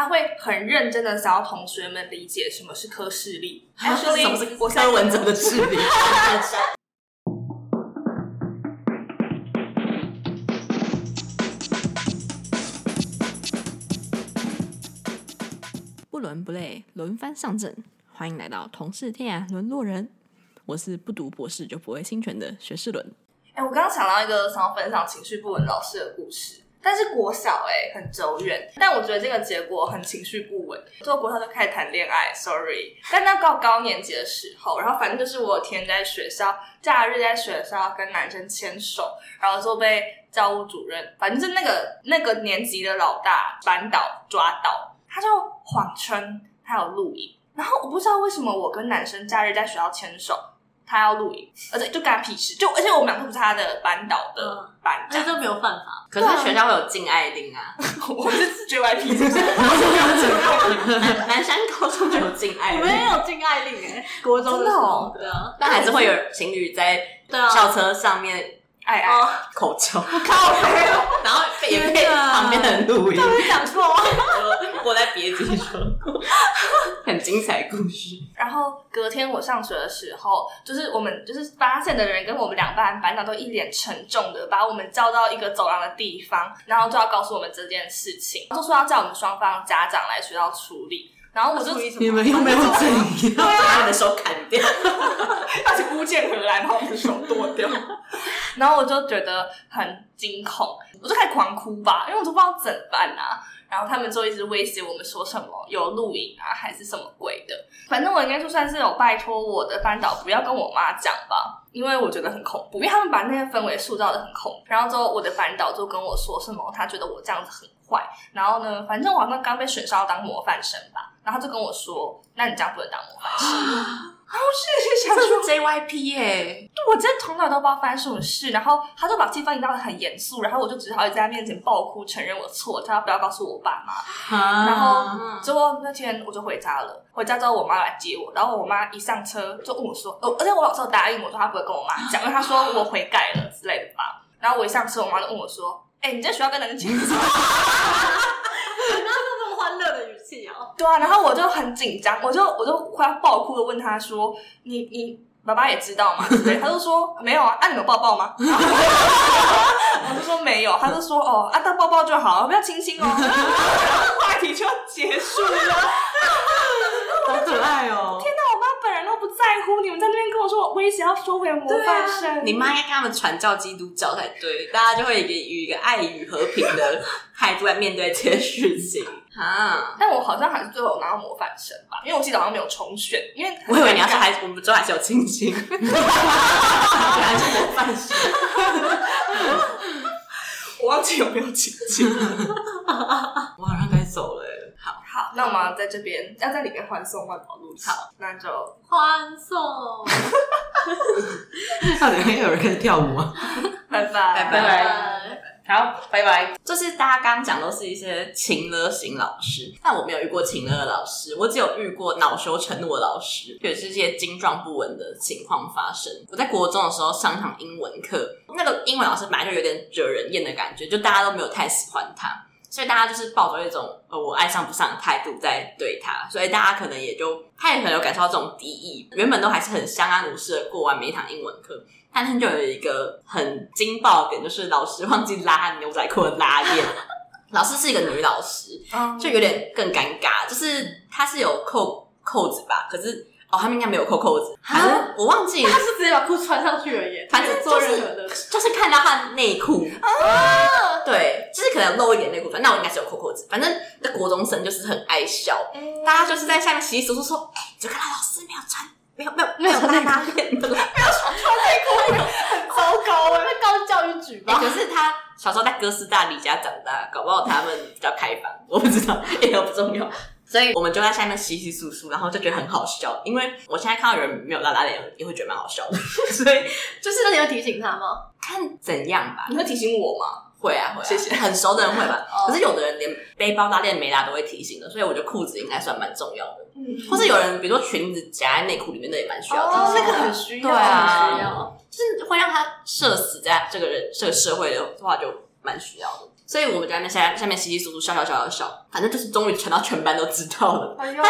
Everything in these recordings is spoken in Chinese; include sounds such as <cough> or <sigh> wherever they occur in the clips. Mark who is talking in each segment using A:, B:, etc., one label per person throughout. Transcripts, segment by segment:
A: 他会很认真的想要同学们理解什么是科视力。
B: 还说 <laughs> 什么是
A: Actually，我想
B: 柯文哲的势力？ <laughs>
C: 不伦不类，轮番上阵。欢迎来到同是天涯沦落人，我是不读博士就不会侵权的学士伦。
A: <laughs> 哎、我刚刚想到一个想要分享情绪不稳老师的故事，但是国小哎、很久远，但我觉得这个结果很情绪不稳。做国小就开始谈恋爱，sorry，但到高高年级的时候，然后反正就是我有天在学校，假日在学校跟男生牵手，然后就被教务主任，反正就那个那个年级的老大扳倒抓到，他就谎称他有录影，然后我不知道为什么我跟男生假日在学校牵手。他要录影，而且就干他屁事，就而且我们两个不是他的班导的班
B: 而
A: 长
B: 且，这没有犯法。可是学校会有禁爱
C: <laughs>
B: 令啊，
A: 我是 JYP，是不
B: 嗯
A: 是？
B: 南南山高中就有禁爱
D: 我们也
B: 令，啊
C: <laughs>
D: 有禁爱令哎、 <laughs> 国中的时候，对啊，
B: 但还是会有情侣在
D: 对啊，
B: 校车上面
A: <laughs> 哎
B: <laughs>
A: 哎，
D: 哦，
B: 口交，
C: 哦
B: 然后被也被旁边的人录音。
D: 有讲错吗？
B: 我在别集说过，很精彩故事。
A: 然后隔天我上学的时候，就是我们就是发现的人跟我们两班班长都一脸沉重的把我们叫到一个走廊的地方，然后就要告诉我们这件事情，就说要叫我们双方家长来学校处理。然后我就
C: 你们有没
A: <laughs>
C: 有怎样？
B: 把你的手砍掉，
A: 而且物件何来，把我们的手剁掉。然后我就觉得很惊恐，我就开始狂哭吧，因为我都不知道怎么办啊。然后他们就一直威胁我们说什么有录影啊，还是什么鬼的。反正我应该就算是有拜托我的班导不要跟我妈讲吧，因为我觉得很恐怖，因为他们把那个氛围塑造的很恐怖。然后之后我的班导就跟我说什么，他觉得我这样子很坏。然后呢，反正我好像刚被选上要当模范生吧，然后他就跟我说，那你这样不能当模范生。然后是想
B: 这
A: 说
B: 是 JYP 耶、
A: 我真的头脑都不知道发生什么事，然后他就把气氛营造的很严肃，然后我就只好在他面前爆哭，承认我错，叫他不要告诉我爸妈。
B: 啊
A: 然后结果那天我就回家了，回家之后我妈来接我，然后我妈一上车就问我说，哦，而且我老师有答应我说她不会跟我妈讲，因为她说我悔改了之类的吧。然后我一上车，我妈就问我说，哎、你在学校跟男生牵手？
D: 那么欢乐的语气哦、
A: 对啊，然后我就很紧张，我就我就快要爆哭的问他说：“你你爸爸也知道吗？”
B: <laughs>
A: 对，他就说：“没有啊，啊你们有抱抱吗？”然后我就说没有，他就说：“哦，啊当抱抱就好，不要亲
B: <laughs>
A: 亲哦。”然后话题就结束了。
C: <laughs> 好可爱哦！
A: 那我妈本人都不在乎，你们在那边跟我说我威胁要收回模范生，
B: 啊你妈应该跟他们传教基督教才对，大家就会以一个爱与和平的态度来面对这些事 <laughs> 情啊。
A: 但我好像还是最后有拿到模范生吧，因为我记得好像没有重选，因为
B: 我以为你要说还是我们之后还是有亲 <laughs> 亲，还是模范生，
A: 我忘记有没有亲亲。
B: 我好像该走了耶。
A: 好，那我们要在这边要在里面欢送万宝路上，那就
D: 欢送，
C: 到底还有人开始跳舞啊？
A: 拜拜拜
B: 拜拜
D: 拜。
E: 好，拜拜。
B: 就是大家刚刚讲都是一些情勒型老师，但我没有遇过情勒的老师，我只有遇过恼羞成怒的老师，也是一些精状不稳的情况发生。我在国中的时候上一堂英文课，那个英文老师本来就有点惹人厌的感觉，就大家都没有太喜欢他。所以大家就是抱着一种呃我爱上不上的态度在对他，所以大家可能也就他也可能有感受到这种敌意。原本都还是很相安无事的过完每一堂英文课，但是就有一个很惊爆的点，就是老师忘记拉牛仔裤的拉链。老师是一个女老师，
A: 嗯
B: 就有点更尴尬，就是她是有扣扣子吧，可是哦他们应该没有扣扣子，反正我忘记了，
D: 他是直接把裤穿上去而已，
B: 反正
D: 没有
B: 就
D: 做
B: 是
D: 任何的。
B: 就是看到他的内裤，啊对，就是可能露一点内裤穿，那我应该是有扣扣子。反正那国中生就是很爱笑，
A: 嗯
B: 大家就是在下面洗洗簌簌说，哎、就看到老师没有穿，没有没有没有穿拉链的，
D: 糟糕哎、被告教育局
B: 哎
D: 吧？
B: 可是他小时候在哥斯达黎加长大，搞不好他们比较开放，我不知道，也都不重要。所以我们就在下面洗洗簌簌，然后就觉得很好笑，因为我现在看到有人没有拉拉链，也会觉得蛮好笑的。 <laughs> 所以
D: 就是那你有提醒他吗？
B: 看怎样吧，
A: 你会提醒我吗？
B: 会啊，会啊，
A: 谢谢
B: 很熟的人会吧
D: 哦，
B: 可是有的人连背包拉链没拉都会提醒的，所以我觉得裤子应该算蛮重要的。
A: 嗯，
B: 或是有人比如说裙子夹在内裤里面，那也蛮需要提
D: 哦
B: 醒
A: 那
B: 的。
A: 个很需要，
B: 对啊
D: 需要
B: 就是会让他社死在这个人这个社会的话，就蛮需要的。所以我们在那边下下面稀稀疏疏笑笑笑笑笑，反正就是终于传到全班都知道了。
D: 哎呦，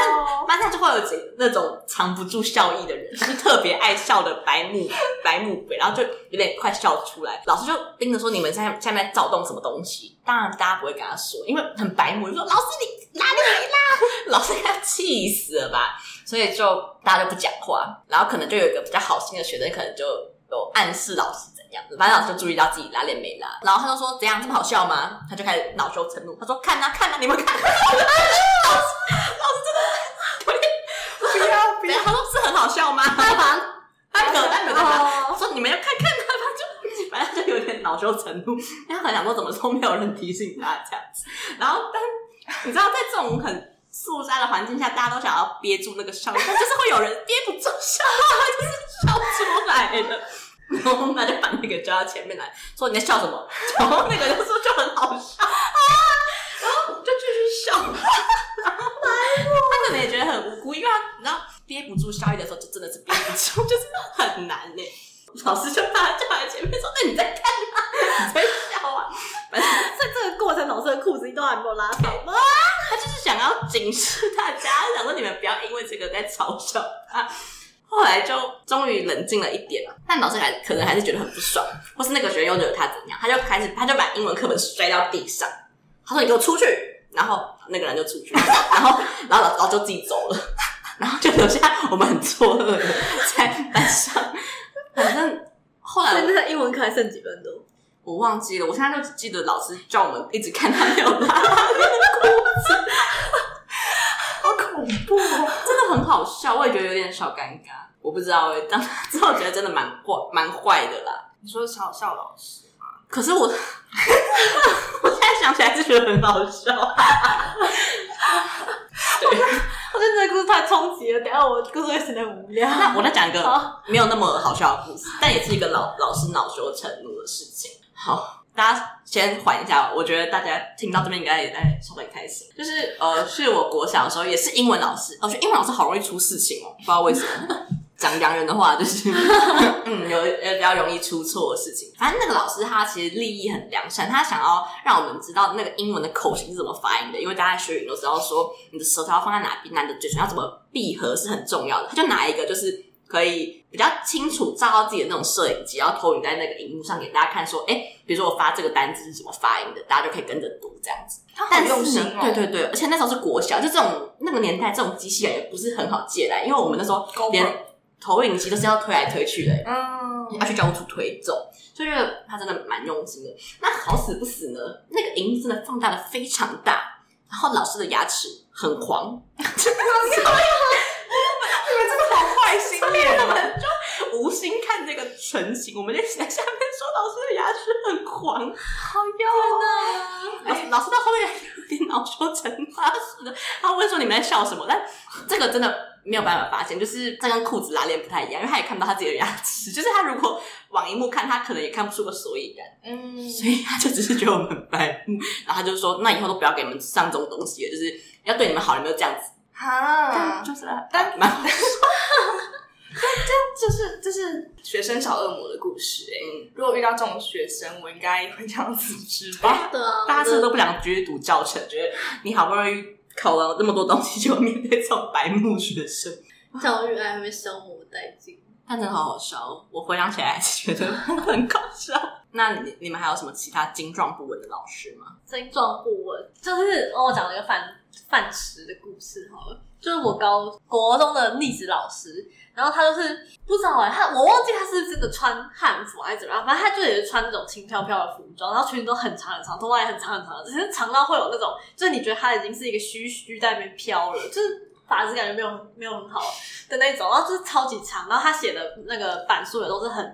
B: 班上就会有几那种藏不住笑意的人，就是特别爱笑的白目白目鬼，然后就有点快笑出来。老师就盯着说：“你们现在下面在躁动什么东西？”当然大家不会跟他说，因为很白目，就说：“老师你拉你没拉？” <laughs> 老师应该气死了吧？所以就大家就不讲话，然后可能就有一个比较好心的学生，可能就有暗示老师。怎样，反正老师就注意到自己拉链没拉，然后他就说：“怎样这么好笑吗？”他就开始恼羞成怒，他说：“看啊看啊，你们看，
D: 不要不
B: 怎样？”他说：“是很好笑吗？” <laughs>
D: 他把它
B: 他可他可在拿，
D: 哦
B: 我说你们要看看他，吧，就反正就有点恼羞成怒，因为他很想说怎么都没有人提醒他这样子。然后但你知道，在这种很肃杀的环境下，大家都想要憋住那个笑，但就是会有人憋不住笑，他就是笑出来了。 <laughs> 然后我们就把那个叫到前面来，说你在笑什么？然后那个人就说就很好笑，然后就继续笑，然后他可能也觉得很无辜，因为他你知道憋不住笑意的时候，就真的是憋不住， <laughs> 就是很难欸呢、老师就把他叫来前面说：“那你在干嘛？你在笑啊
D: 在这个过程，老师的裤子一段还没有拉上。？”
B: 他就是想要警示大家，想说你们不要因为这个在嘲笑他。后来就终于冷静了一点了，啊但老师还可能还是觉得很不爽，或是那个学生又惹他怎样，他就开始他就把英文课本摔到地上，他说：“你给我出去！”然后那个人就出去， <laughs> 然后然后老老师就自己走了， <laughs> 然后就留下我们很错愕的在班上。反正后来我
D: 所以那个英文课还剩几分钟？
B: 我忘记了，我现在就只记得老师叫我们一直看他没有拉， <laughs>
A: 好恐怖哦！
B: 真的很好笑，我也觉得有点小尴尬。我不知道哎、当之后觉得真的蛮坏，蛮坏的啦。
A: 你说嘲笑老师，
B: 可是我， <laughs> 我现在想起来是觉得很好笑。对，
D: 我觉得这个故事太冲击了，等一下我故事会显得很无聊。 <laughs>
B: 那我再讲一
D: 好
B: 个没有那么好笑的故事，但也是一个老老师恼羞成怒的事情。好，大家先缓一下，我觉得大家听到这边应该也在稍微开心。就是呃，是我国小的时候也是英文老师，我觉得英文老师好容易出事情哦，不知道为什么。讲洋人的话，就是嗯，有呃比较容易出错的事情。反正那个老师他其实立意很良善，他想要让我们知道那个英文的口型是怎么发音的，因为大家学语都知道说嗯你的舌头要放在哪边，那你的嘴唇要怎么闭合是很重要的。他就拿一个就是可以比较清楚照到自己的那种摄影机，然后投影在那个荧幕上给大家看，说，哎、比如说我发这个单字是怎么发音的，大家就可以跟着读这样子。
A: 他好
B: 但是
A: 用心
B: 呢
A: 哦。
B: 对对对，而且那时候是国小，就这种那个年代，这种机器人也不是很好借来，因为我们那时候
A: GoPro
B: 连投影机都是要推来推去的，
A: 嗯，
B: 要去教务处推走，所以觉得他真的蛮用心的。那好死不死呢，那个荧幕真的放大的非常大，然后老师的牙齿很黄， <laughs> 哦
A: 你们真的好坏心眼
B: 我
A: 哦！
B: 们就无心看这个唇形，我们就写在下面说老师的牙齿很黄，
A: 好用啊！
B: 老师老师到后面有点恼羞成怒，他是的，他问说你们在笑什么？但这个真的没有办法发现，就是这跟裤子拉链不太一样，因为他也看不到他自己的牙齿，就是他如果往一幕看，他可能也看不出个所以然，
A: 嗯，
B: 所以他就只是觉得我们很白目，然后他就说那以后都不要给你们上这种东西了，就是要对你们好，你们就这样子，
A: 哈，
B: 就是啊
A: 但
B: 蛮
A: 这是这是学生小恶魔的故事哎、
B: 嗯
A: 如果遇到这种学生，我应该会这样子之吧？
D: 对啊，
B: 大家是不是都不想追读教程，觉得你好不容易考了那么多东西，就面对这种白目学生，
D: 教育爱会消磨殆尽。
B: 但真的好好笑哦！我回想起来还是觉得很搞笑。那你你们还有什么其他精壮不稳的老师吗？
D: 症状不稳，就是哦，我讲了一个饭饭吃的故事好了，就是我高国中的历史老师，然后他就是不知道哎、他我忘记他是真的穿汉服还是怎么样，反正他就也是穿那种轻飘飘的服装，然后裙子都很长很长，头发也很长很长，只是长到会有那种，就是你觉得他已经是一个须须在那边飘了，就是发质感觉没有没有很好的那种，然后就是超级长，然后他写的那个版数也都是很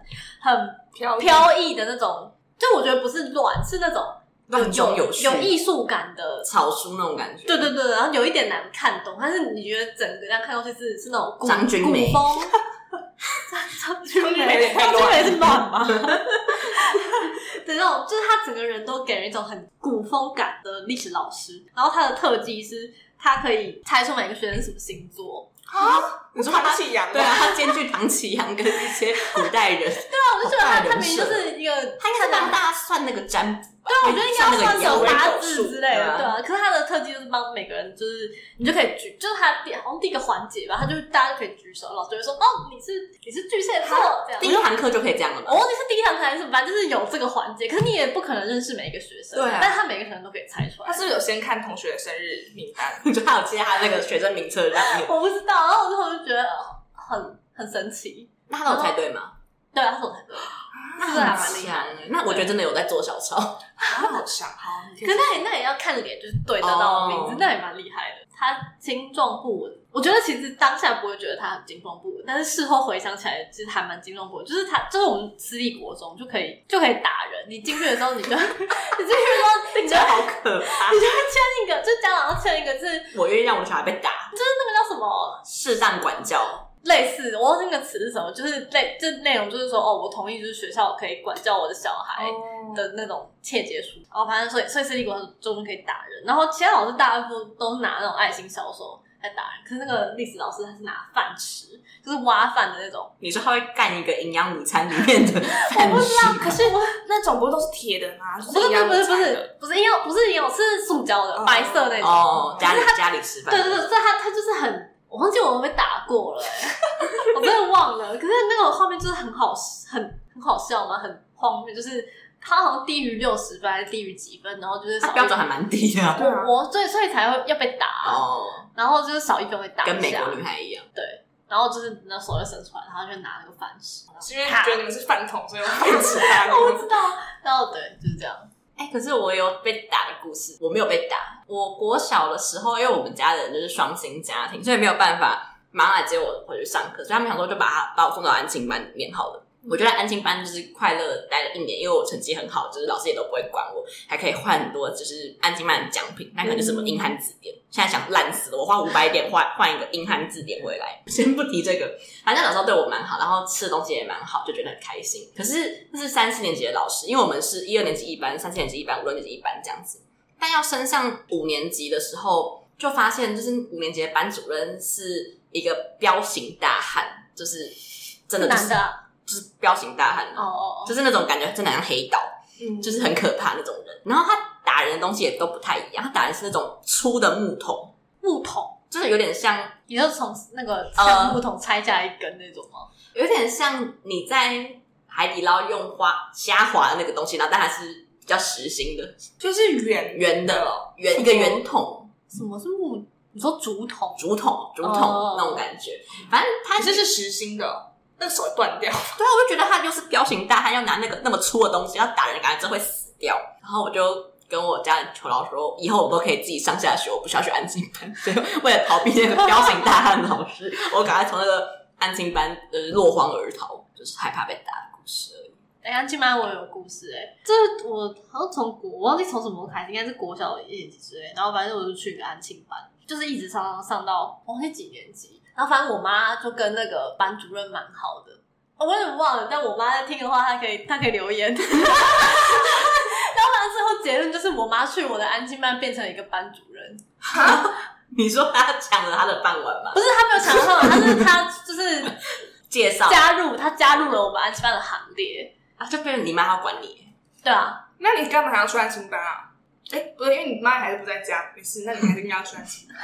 D: 很
A: <laughs> 飘
D: 飘逸的那种，就我觉得不是乱，是那种。
B: 乱中有序，
D: 有艺术感的，
B: 草书那种感觉。
D: 对对对，然后有一点难看懂，但是你觉得整个这样看过去是是那种古
B: 张君梅
D: 古风，张张君梅，
A: 张
D: 张
A: 君
D: 君
A: 梅
D: 梅
A: 是
D: 是乱吧？的那种，就是他整个人都给人一种很古风感的历史老师，然后他的特技是他可以猜出每个学生什么星座，
A: 啊，
B: 你说他
A: 唐启阳吗
B: 对啊，他兼具唐启阳跟一些古代人，
D: 那我就觉得他
B: 好大的
D: 他明明就是一个，
B: 他应该是帮大家算那个占卜吧，
D: <laughs> 对，我觉得应该要算
B: 算那
D: 手
B: 个
D: 八
B: 摇
D: 字之类的，
B: 对
D: 对
B: 啊
D: 啊。可是他的特技就是帮每个人，就是你就可以举，就是他第好像第一个环节吧，他就大家就可以举手，老师就会说哦，你是你是巨蟹座这样
B: 第。一堂课就可以这样了
D: 我
B: 吧？
D: 忘哦记是第一堂课还是什么，反正就是有这个环节，可是你也不可能认识每一个学生，
B: 对啊
D: 但他每个学生都可以猜出来
A: 他。是不是有先看同学的生日名单？
B: 我觉得他有接他那个学生名册上面，
D: 我不知道，然后我就就觉得哦很很神奇。
B: 那他有猜对吗？
D: 对啊，他是我猜对的，啊
B: 那
D: 是还蛮厉害
B: 强欸那我觉得真的有在做小抄，
A: 啊好强，好，你可
D: 可是那也那也要看脸，就是对得到名字，
B: 哦
D: 那也蛮厉害的。他精壮不稳，我觉得其实当下不会觉得他很精壮不稳，但是事后回想起来，其实还蛮精壮不稳。就是他，就是我们私立国中就可以就可以打人，你进去的时候你就你进去的时候你就
B: 好可怕
D: 你！就会签一个，就是家长要签一个是那
B: 我愿意让我的小孩被打，
D: 个叫什么
B: 适当管教，
D: 类似，我忘记那个词是什么，就是类这内容就是说哦，我同意就是学校可以管教我的小
A: 哦
D: 孩。的那种切结书，然后反正所以所以私立国中就可以打人，然后其他老师大部分都是拿那种爱心小手来打人，可是那个历史老师他是拿饭吃，就是挖饭的那种，
B: 你说他会干一个营养午餐里 <laughs> 面的饭
D: 不知道
B: 食，
A: 可是那种不都是铁的吗？
D: 不是
A: 一样
D: 不是不是不
A: 材的
D: 是不是因为不是因为是塑胶的、
A: 哦
D: 白色那种，
B: 哦，家里家里吃饭，
D: 对对对，所以他他就是很，我忘记我们被打过了、欸我真的忘了，可是那个画面就是很好很很好笑嘛，很荒谬，就是他好像低于六十分还是低于几分，然后就是
B: 他
D: 少
B: 标准还蛮低的啊。
A: 对啊
D: 我我所以所以才会要被打啊、
B: 哦，
D: 然后就是少一分会打一
B: 跟美
D: 下
B: 国女孩一样，
D: 然后就是那手就伸出来，然后就拿那个饭吃。
A: 是因为你觉得你们是饭桶，所以我饭吃他。 <laughs> 我
D: 不知道，然后对，就是这样。
B: 哎、可是我有被打的故事，我没有被打。我国小的时候，因为我们家人就是双薪家庭，所以没有办法妈来接我回去上课，所以他们想说就把他把我送到安亲班里面好了。我就在安亲班就是快乐地待了一年，因为我成绩很好，就是老师也都不会管我，还可以换很多就是安亲班的奖品，那可能就是什么英汉字典，现在想烂死了，我花五百点换换一个英汉字典回来，先不提这个，反正老师都对我蛮好，然后吃的东西也蛮好，就觉得很开心。可是那是三四年级的老师，因为我们是一二年级一班、三四年级一班、五六年级一班这样子。但要升上五年级的时候，就发现就是五年级的班主任是一个彪形大汉，就是真的、就是、
D: 男的啊
B: 就是彪形大汉
D: 哦
B: 啊，
D: 哦
B: 就是那种感觉真的像黑道。
D: 哦，
B: 就是很可怕那种人，然后他打人的东西也都不太一样，他打人是那种粗的木桶，
D: 木桶，
B: 就是有点像
D: 也就从那个
B: 呃
D: 橡木桶拆下一根那种吗？
B: 有点像你在海底捞用花虾滑的那个东西，然后但它是比较实心的
A: 就是圆
B: 圆的圆一个圆筒
D: 什么是木？你说竹筒？
B: 竹筒竹筒
D: 哦
B: 那种感觉，反正他
A: 还是是实心的哦，那手会断掉。
B: 对啊，我就觉得他就是彪形大汉，要拿那个那么粗的东西要打人，感觉真会死掉。然后我就跟我家人求饶说，以后我都可以自己上下学，我不需要去安静班。所以为了逃避那个彪形大汉的老师，我赶快从那个安静班呃落荒而逃，就是害怕被打的故事而已。
D: 哎，安静班我有故事哎、这我好像从国，我忘记从什么时候开始，应该是国小一年级之类，然后反正我就去一个安庆班，就是一直上上上到我忘记几年级，然后反正我妈就跟那个班主任蛮好的，哦我有点忘了，但我妈在听的话，她可以她可以留言。 <laughs> 然后反正最后结论就是，我妈去我的安静班变成一个班主任，
B: 你说他抢了他的饭碗吗？
D: 不是她没有抢到，她是她就是
B: 介绍
D: 加入她加入了我们安静班的行列，
B: 啊，就变成你妈要管你。
D: 对啊，
A: <laughs> 那你干嘛还要去安亲班啊？哎、不对，因为你妈还是不在家，没事，那你还是应该要去安亲班。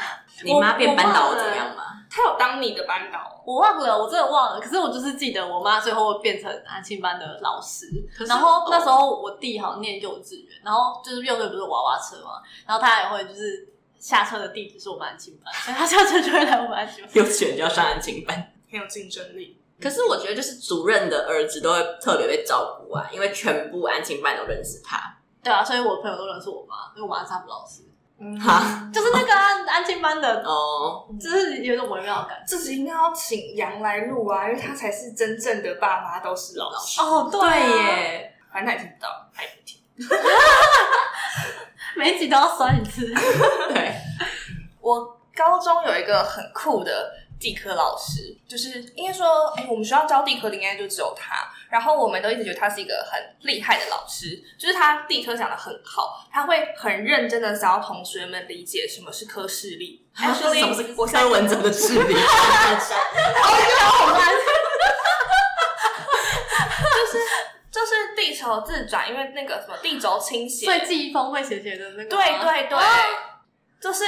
B: 你妈变班导
D: 我我忘了
B: 怎么样吗？
A: <laughs> 她有当你的班导哦，
D: 我忘了，我真的忘了。可是我就是记得我妈最后变成安庆班的老师
B: 可，是
D: 然后那时候我弟好像念幼稚园，然后就是幼稚园不是有娃娃车嘛，然后他也会就是下车的地址是我们安庆班，所以他下车就会来我们安庆班。
B: 有选就要上安静班。
A: 很有竞争力。
B: 可是我觉得，就是主任的儿子都会特别被照顾啊，因为全部安静班都认识他。
D: 对啊，所以我朋友都认识我妈，因为我妈是他们老师，
A: 嗯
B: 哈，
D: 就是那个啊、安庆班的，
B: 哦，
D: 就是有一种微妙的感觉。
A: 自己应该要请杨来录啊，因为他才是真正的爸妈都是老师，
D: 哦，对啊，
B: 耶，
A: 反正他也听不到，他也不听。
D: 每一集都要酸一次。
B: 对，
A: 我高中有一个很酷的地科老师，就是应该说，哎、我们学校教地科的应该就只有他。然后我们都一直觉得他是一个很厉害的老师，就是他地科讲的很好，他会很认真的想要同学们理解什么是科视力。
B: 他说什么是
A: 我现在
B: 柯文哲的智力？
A: 就是地球自转，因为那个什么地轴倾斜，
D: 所以季一峰会写写的那个吗，啊
A: 对对对，就是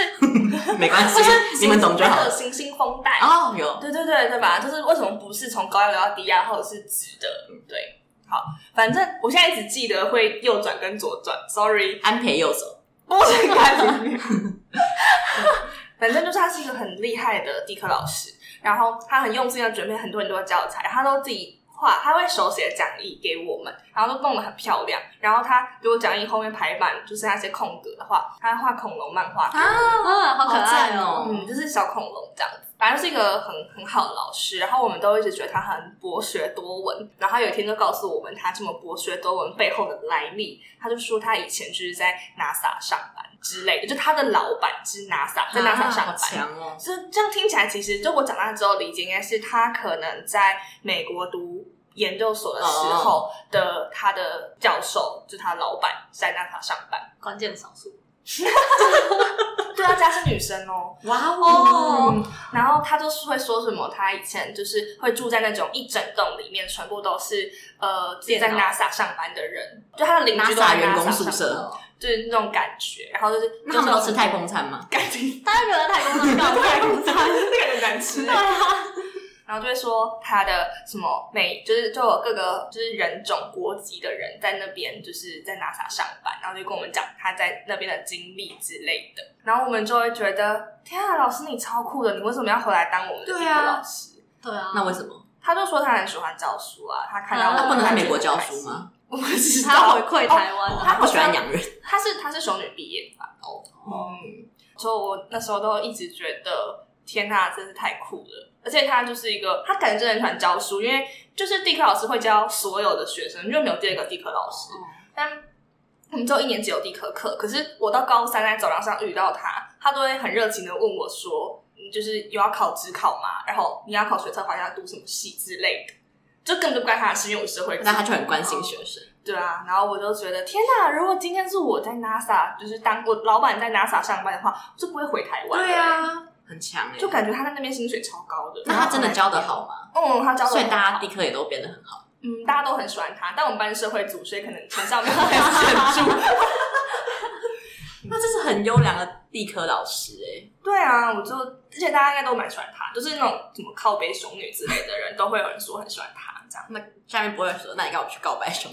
B: 没关系
A: 就是，
B: 你们懂就好
A: 那个。行星风带，
B: 哦，有
A: 对对对对吧？就是为什么不是从高压流到低压，或者是直的？对，好，反正我现在只记得会右转跟左转，sorry，
B: 安培右手，
A: 不是关于。 <laughs> 反正就是他是一个很厉害的地科老师，然后他很用心的准备很多很多教材，他都自己画，他会手写讲义给我们，然后都弄得很漂亮。然后他如果讲义后面排版就是那些空格的话，他画恐龙漫画给我们
D: 啊，好可爱
B: 好赞哦
D: 哦！
A: 嗯，就是小恐龙这样子，反正是一个很很好的老师。然后我们都一直觉得他很博学多闻，然后他有一天就告诉我们他这么博学多闻背后的来历。他就说他以前就是在 NASA 上班之类的，就他的老板是啊 NASA，在
D: 啊
A: NASA 上
B: 好
A: 班。
B: 强
A: <laughs>
B: 哦！
A: 这这样听起来，其实就我长大之后理解，应该是他可能在美国读研究所的时
D: 哦
A: 候的他的教授，就他老板是在 NASA 上班。
D: 关键少数，
A: 对啊，加是女生哦。
B: 哇
A: 哦、
B: 哦，
A: 然后他就是会说什么，他以前就是会住在那种一整栋里面，全部都是呃自己在
D: 电脑
A: NASA 上班的人，就他的邻居都
B: NASA
A: 在
B: 员工
A: NASA 上
B: 宿
A: 班，
B: 舍，
A: 就是那种感觉。然后就是
B: 那他们都
A: 就是
B: 吃太空餐
A: <laughs>
B: 吗？
A: 感
B: <laughs>
A: 情，
D: 大家觉得太空舱搞太空舱，
A: 那个很难吃。
D: 对啊，
A: 然后就会说他的什么每就是就有各个就是人种国籍的人在那边就是在 NASA 上班，然后就跟我们讲他在那边的经历之类的，然后我们就会觉得天啊，老师你超酷的，你为什么要回来当我们的
B: 对
A: 地
B: 啊
A: 科老师？
D: <laughs> 对啊，
B: 那为什么？
A: 他就说他很喜欢教书啊，他看到
D: 啊
A: 我
B: 他不能在美国
A: 他就
B: 教
A: 很
B: 书吗？
A: <laughs> 开心？我不知
D: 他
A: 道
D: 回，馈台湾
B: 哦
D: 啊，
B: 他不喜欢洋人，
A: 他是他是熊女毕业吧？哦，嗯，所以我那时候都一直觉得，天呐，真是太酷了！而且他就是一个，他感觉真的很喜欢教书，因为就是地科老师会教所有的学生，因为没有第二个地科老师。
B: 哦
A: 但我们只有一年级有地科课，可是我到高三在走廊上遇到他，他都会很热情的问我说，嗯就是有要考职考吗？然后你要考学测的话，你要读什么系之类的，就根本就不关他的事，因为我是会嗯
B: 但他就很关心学生。
A: 对啊，然后我就觉得天哪！如果今天是我在 NASA，就是当我老板在 NASA 上班的话，我就不会回台湾。，
B: 啊，很强哎，
A: 就感觉他在那边薪水超高的。
B: 那他真的教的好吗？
A: 嗯，他教的，
B: 所以大家地科也都变得很好。
A: 嗯，大家都很喜欢他，但我们班是社会组，所以可能全校没 <laughs> 有
B: <laughs>
A: 人选住。
B: 那这是很优良的地科老师哎，
A: 对啊，我就而且大家应该都蛮喜欢他，就是那种什么靠背熊女之类的人都会有人说很喜欢他这样。
B: 那下面不会说，那你让我去告白熊。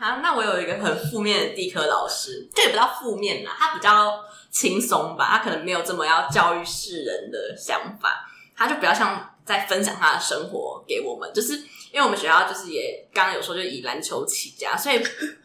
B: 好，那我有一个很负面的地科老师，这也不叫负面啦，他比较轻松吧，他可能没有这么要教育世人的想法，他就比较像在分享他的生活给我们，就是因为我们学校就是也刚刚有说，就以篮球起家，所以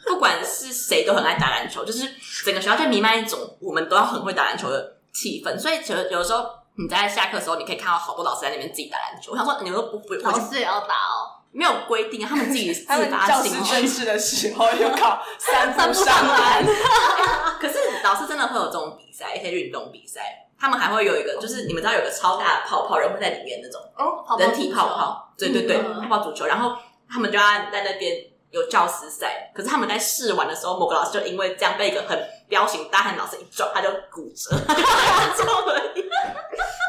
B: 不管是谁都很爱打篮球，就是整个学校就弥漫一种我们都要很会打篮球的气氛，所以其实有时候。你在下课的时候，你可以看到好多老师在那边自己打篮球。我想说，你们都不不会去
D: 老师也要打哦，
B: 没有规定啊，他们自己自
A: <laughs> 他们
B: 发
A: 教
B: 性
A: 师
B: 哦
A: 正式的时候又考三
D: 三
A: 步
D: 不上篮，
B: <laughs> 可是老师真的会有这种比赛，一些运动比赛，他们还会有一个，就是你们知道有个超大的泡泡，人会在里面那种
A: 哦，
D: 泡泡
B: 人体泡
D: 足球
B: 泡，对对对，
D: 嗯
B: 泡泡足球，然后他们就要在那边有教师赛，可是他们在试玩的时候，某个老师就因为这样被一个很彪形大汉老师一撞，他就骨
D: <laughs>
B: 折，他就坐轮椅，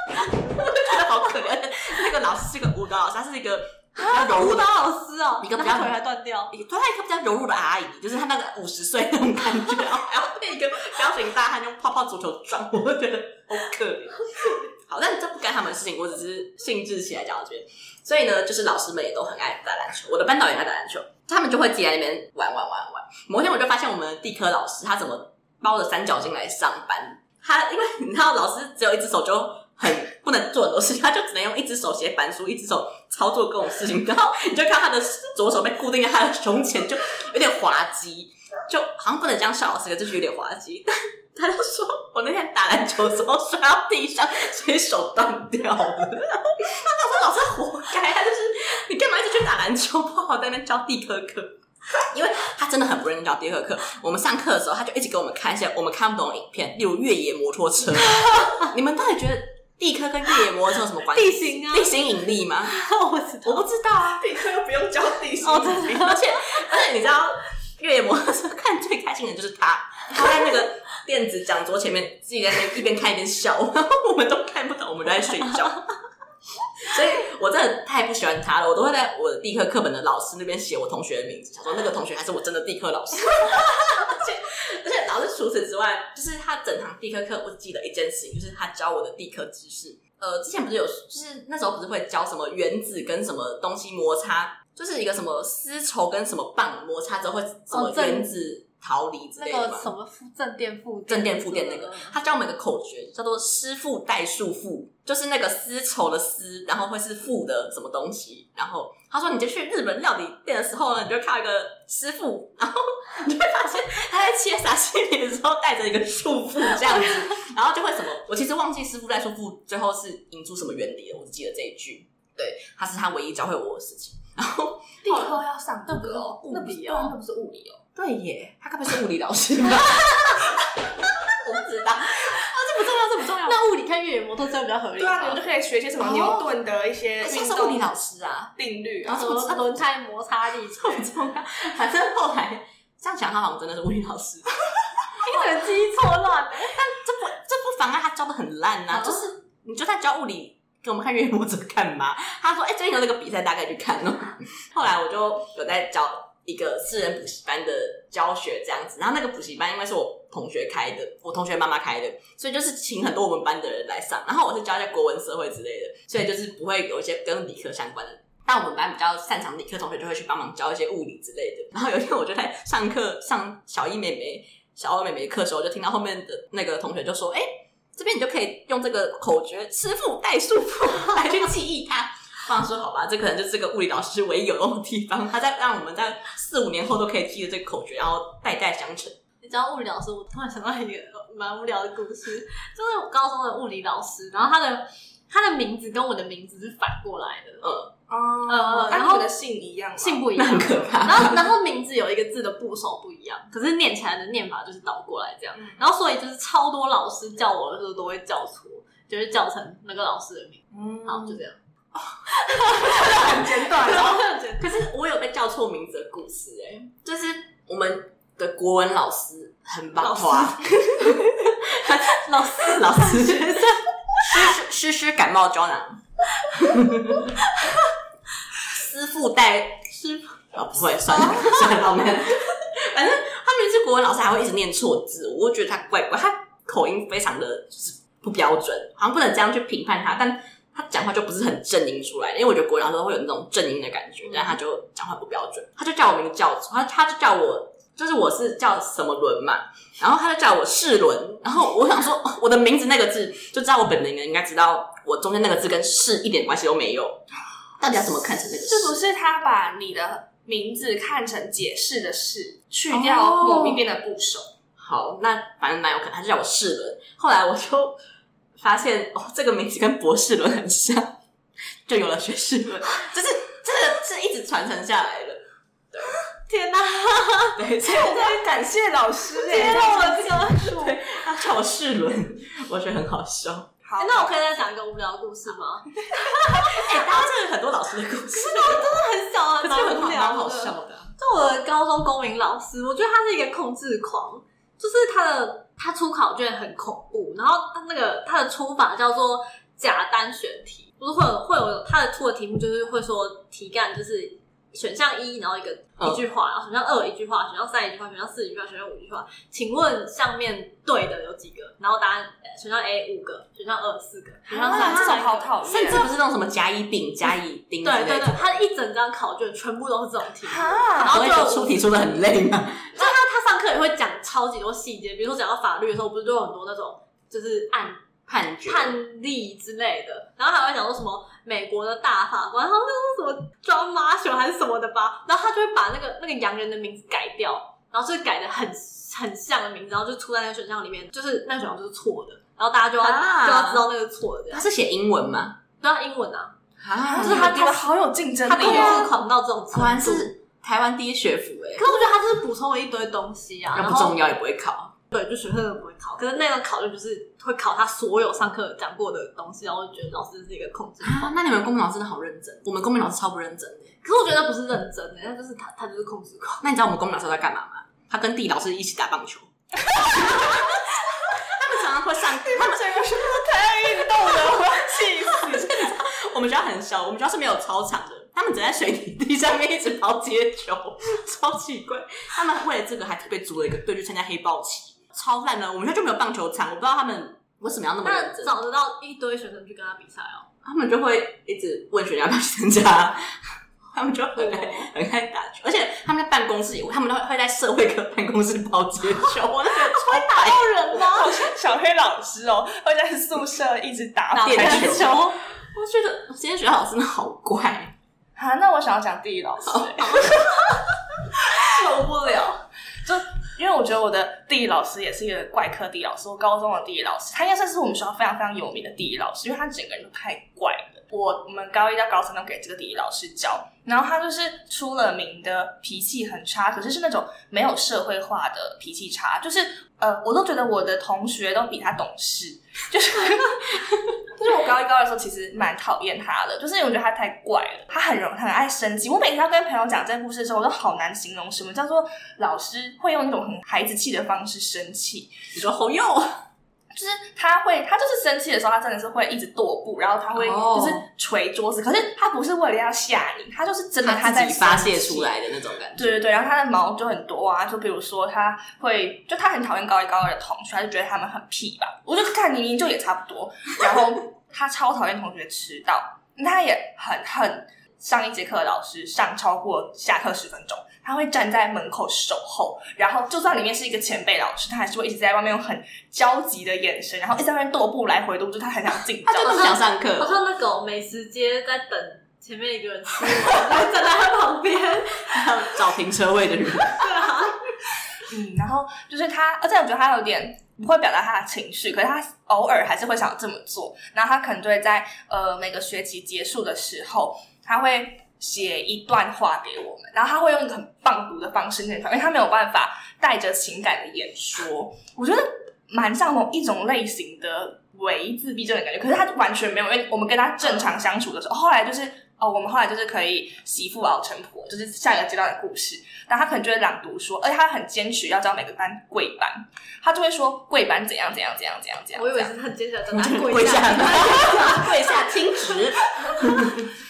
B: 我就觉得好可怜。那个老师是个舞蹈老师，他是一个比较柔
D: 舞
B: 弱
D: 蹈
B: 的
D: 老师哦，
B: 一个比
D: 那
B: 较
D: 他腿还断掉，
B: 也她一个比较柔弱的阿姨，就是她那个五十岁那种感觉，然后还要被一个彪形大汉用泡泡足球撞，我会觉得好可怜。好，但这不干他们的事情，我只是兴致起来讲，我觉得。所以呢，就是老师们也都很爱打篮球，我的班导也爱打篮球，他们就会自己在那边玩玩玩玩。某天我就发现我们的地科老师他怎么包着三角巾来上班，他因为你知道老师只有一只手就很不能做很多事情，他就只能用一只手写板书，一只手操作各种事情，然后你就看他的左手被固定在他的胸前，就有点滑稽，就好像不能这样笑老师，可是就是有点滑稽。但他就说我那天打篮球的时候摔到地上，所以手断掉了。然后 <laughs> 我说老师活该，他就是你干嘛一直去打篮球，不好好在那边教地科课。因为他真的很不认真教地科课，我们上课 <laughs> 的时候他就一直给我们看一些我们看不懂的影片，例如越野摩托车。你们到底觉得地科跟越野摩托车有什么关系？
D: 地形啊
B: 地形引力吗？
D: <laughs> 我知道，
B: 我不知道啊。
A: 地科又不用教地形
B: 哦，对， <laughs> 而且而且你知道，越野摩托车看最开心的就是他，他在那个电子讲桌前面自己在那边一边看一边笑，然后 <laughs> 我们都看不懂，我们都在睡觉。
D: <laughs>
B: 所以我真的太不喜欢他了，我都会在我的地科课本的老师那边写我同学的名字，想说那个同学还是我真的地科
D: <laughs>
B: 老师。而且老师除此之外，就是他整堂地科课，我记得一件事情，就是他教我的地科知识。呃，之前不是有，就是那时候不是会教什么原子跟什么东西摩擦，就是一个什么丝绸跟什么棒摩擦之后会什么
D: 哦正
B: 原子逃离之
D: 那
B: 类的
D: 个
B: 嘛。
D: 什么负正电负
B: 正电负电那个，他教我们一个口诀，叫做“师傅代数负”，就是那个丝绸的丝，然后会是负的什么东西。然后他说，你就去日本料理店的时候呢，你就会看到一个师傅，然后你就会发现他在切沙西米的时候带着一个束缚这 <laughs> 样子，然后就会什么，我其实忘记师傅代数负最后是引出什么原理了，我只记得这一句。对，他是他唯一教会我的事情。然后
A: 地科要上这个哦，
D: 那不是物理哦
B: 啊
A: 对那不是物理哦。
B: 对耶，他该不会是物理老师吧？ <laughs> 我不知道，啊，这不重要，这不重要。
D: 那物理看越野摩托车比较合理
A: 对
D: 吧。
A: 啊，你们就可以学一些什么
B: 哦
A: 牛顿的一些
B: 而且
A: 运
B: 他是物理
A: 动
B: 老师啊，
A: 定律
B: 然
A: 啊，
B: 后
D: 什么轮胎摩擦 <laughs> 力
B: <laughs>
D: 之类的，
B: 重要。反正后来这样想，他好像真的是物理老师，
D: 一整记忆错乱欸。
B: 这不这不妨碍他教的很烂呐、
D: 嗯
B: 就是你就在教物理给我们看月魔者干嘛？他说：“哎、最近有那个比赛，大概去看哦。” <laughs> 后来我就有在教一个私人补习班的教学这样子，然后那个补习班因为是我同学开的，我同学妈妈开的，所以就是请很多我们班的人来上。然后我是教一些国文、社会之类的，所以就是不会有一些跟理科相关的。但我们班比较擅长理科同学就会去帮忙教一些物理之类的。然后有一天我就在上课上小一妹妹、小二妹妹课的时候，就听到后面的那个同学就说：“哎、这边你就可以用这个口诀‘师傅带束缚’来去记忆它。”我想说好吧，这可能就是这个物理老师唯一有用的地方，他在让我们在四五年后都可以记得这个口诀，然后代代相承。
D: 你知道物理老师，我突然想到一个蛮无聊的故事，就是我高中的物理老师，然后他的他的名字跟我的名字是反过来的，
A: 哦
D: 嗯
A: 那
D: 然
A: 你
D: 后
A: 们的姓一样吗，啊
D: 姓不一
B: 那
D: 样
B: 很。可怕。
D: 然后，然后名字有一个字的部首不一样，可是念起来的念法就是倒过来这样。
A: 嗯
D: 然后，所以就是超多老师叫我的时候都会叫错，就是叫成那个老师的名字。
A: 嗯，
D: 好，就这样。
A: 很简短
D: 然
A: 哦。
D: 后我就觉得
B: 可是我有被叫错名字的故事哎、就是我们的国文老师很棒，
D: 老师
B: 老师湿湿湿湿感冒胶囊，师傅带
D: 师傅
B: 啊，不会，算了，算了，我们反正他明明是国文老师，还会一直念错字，我就觉得他怪怪，他口音非常的就是不标准，好像不能这样去评判他，但他讲话就不是很正音出来，因为我觉得国文老师都会有那种正音的感觉，但他就讲话不标准，他就叫我名字叫错，他他就叫我。就是我是叫什么伦嘛，然后他就叫我世伦，然后我想说哦我的名字那个字，就知道我本人应该知道我中间那个字跟世一点关系都没有，到底要怎么看成那个世？
A: 是不是他把你的名字看成解释的事，去掉
D: 哦
A: 某一边的部首？
B: 好，那反正蛮有可能，他就叫我世伦。后来我就发现，哦，这个名字跟博士伦很像，就有了学士伦，就是这个是一直传承下来的。
D: 天哪！
B: 对，所以我在
A: 在感谢老师
D: 揭
A: 哎。
D: 露了这个数。
B: 欸他叫我世伦，我觉得很好笑。
A: 好
D: 哎，那我可以再讲一个无聊的故事吗？
B: 哎、大家真的很多老师的故事，
D: 很小啊，
B: 可是
D: 蛮
B: 很
D: 无
B: 好
D: 聊
B: 蛮
D: 的
B: 好笑的啊。
D: 就我的高中公民老师，我觉得他是一个控制狂，就是他的他出考卷很恐怖，然后他那个他的出法叫做假单选题，不是会有会有他的出的题目就是会说题干就是选项一，然后一个
B: 嗯
D: 一句话，然后选项二一句话，选项三一句话，选项四一句话，选项五一句话。请问上面对的有几个？然后答案呃选项 A 五个，选项二四个，选项三
A: 啊这
D: 三
A: 种
D: 个
A: 好讨厌，
B: 甚至不是那种什么甲乙丙、甲乙丁之
D: 对
B: 类
D: 对
B: 的，
D: 对，他一整张考卷全部都是这种题目。
A: 啊，
D: 然后
B: 所以就
D: 就
B: 出题出的很累嘛。
D: 就他他上课也会讲超级多细节，比如说讲到法律的时候，不是都有很多那种就是案
B: 判决
D: 判例之类的，然后还会讲说什么美国的大法官，然后那个什么 John Marshall 还是什么的吧，然后他就会把那个那个洋人的名字改掉，然后就改的很很像的名字，然后就出在那个选项里面，就是那个选项就是错的，然后大家就要、
B: 啊
D: 就要知道那个错的这
B: 他
D: 样，
B: 是写英文吗？
D: 都要英文啊，
B: 啊
A: 就
D: 就是是
A: 他
D: 他
A: 他好有竞争
D: 他控
A: 力哦。
D: 制狂到这种程度
B: 果然，是台湾第一学府哎、
D: 可是我觉得他就是补充了一堆东西啊，
B: 那
D: 然
B: 不
D: 后
B: 重要也不会考。
D: 对，就学科都不会考，可是那个考卷就是会考他所有上课讲过的东西，然后我就觉得老师是一个控制狂。
B: 啊，那你们公民老师真的好认真，我们公民老师超不认真的。
D: 可是我觉得不是认真的，那就是他他就是控制狂。
B: 那你知道我们公民老师都在干嘛吗？他跟地老师一起打棒球。 <laughs> 他们常常会上，他们
A: 运动了，我气死！
B: <laughs> 我们学校很小，我们学校是没有操场的，他们只在水泥地上面一直跑接球，超奇怪。他们为了这个还特别组了一个队去参加黑豹旗，超烂的。我们学校就没有棒球场，我不知道他们为什么要那么
D: 那
B: 认真。
D: 找得到一堆学生去跟他比赛哦，
B: 他们就会一直问学生要不要去参加，他们就很爱很爱打球，而且他们在办公室也会，他们都会在社会科办公室跑接球，我那个超打到人吗？
A: 好像小黑老师哦，会在宿舍一直打
B: 电
A: 电
B: 台球，
A: 球。
B: 我觉得今天学校老师真的好怪，
A: 啊，那我想要讲地理老师、欸，
B: 受不了。
A: <laughs> 就因为我觉得我的地理老师也是一个怪科地理老师，我高中的地理老师，他应该算是我们学校非常非常有名的地理老师，因为他整个人都太怪了。我我们高一到高三都给这个地理老师教，然后他就是出了名的脾气很差，可是是那种没有社会化的脾气差，就是呃，我都觉得我的同学都比他懂事，就是就是我高一高二的时候，其实蛮讨厌他的，就是因为我觉得他太怪了，他很容很爱生气。我每次要跟朋友讲这个故事的时候，我都好难形容什么叫做老师会用那种很孩子气的方式生气，
B: 你说红佑，
A: 就是他会，他就是生气的时候，他真的是会一直跺步，然后他会
B: 哦
A: 就是捶桌子，可是他不是为了要吓你，他就是真的
B: 他
A: 在
B: 自己发泄
A: 生气
B: 出来的那种感觉。
A: 对对对，然后他的毛就很多啊，就比如说他会，就他很讨厌高一高二的同学，他就觉得他们很屁吧。我就看你明明就也差不多，然后他超讨厌同学迟到，他也很恨上一节课的老师上超过下课十分钟，他会站在门口守候，然后就算里面是一个前辈老师，他还是会一直在外面用很焦急的眼神，然后一直在外面踱步来回踱步，就他很想进教
B: 他就
A: 室
B: 不想上
D: <laughs> 好
B: 课，
D: 像那狗美食街在等前面一个人吃，然后站在他旁边，
B: 找停车位的人。
A: 嗯，然后就是他，而且我觉得他有点不会表达他的情绪，可是他偶尔还是会想这么做。然后他可能就会在呃每个学期结束的时候，他会写一段话给我们，然后他会用一个很棒读的方式念出来，因为他没有办法带着情感的演说。我觉得蛮像某一种类型的伪自闭症的感觉，可是他完全没有，因为我们跟他正常相处的时候，后来就是哦，我们后来就是可以媳妇熬成婆，就是下一个阶段的故事。然后他可能就会朗读说，而且他很坚持要教每个班跪班，他就会说跪班怎样怎样怎样怎样怎样。
D: 我以为是很接下来等他
B: <laughs> 跪
D: 跪 <laughs>
B: 下
D: 下，
B: 跪 <laughs> 下听旨。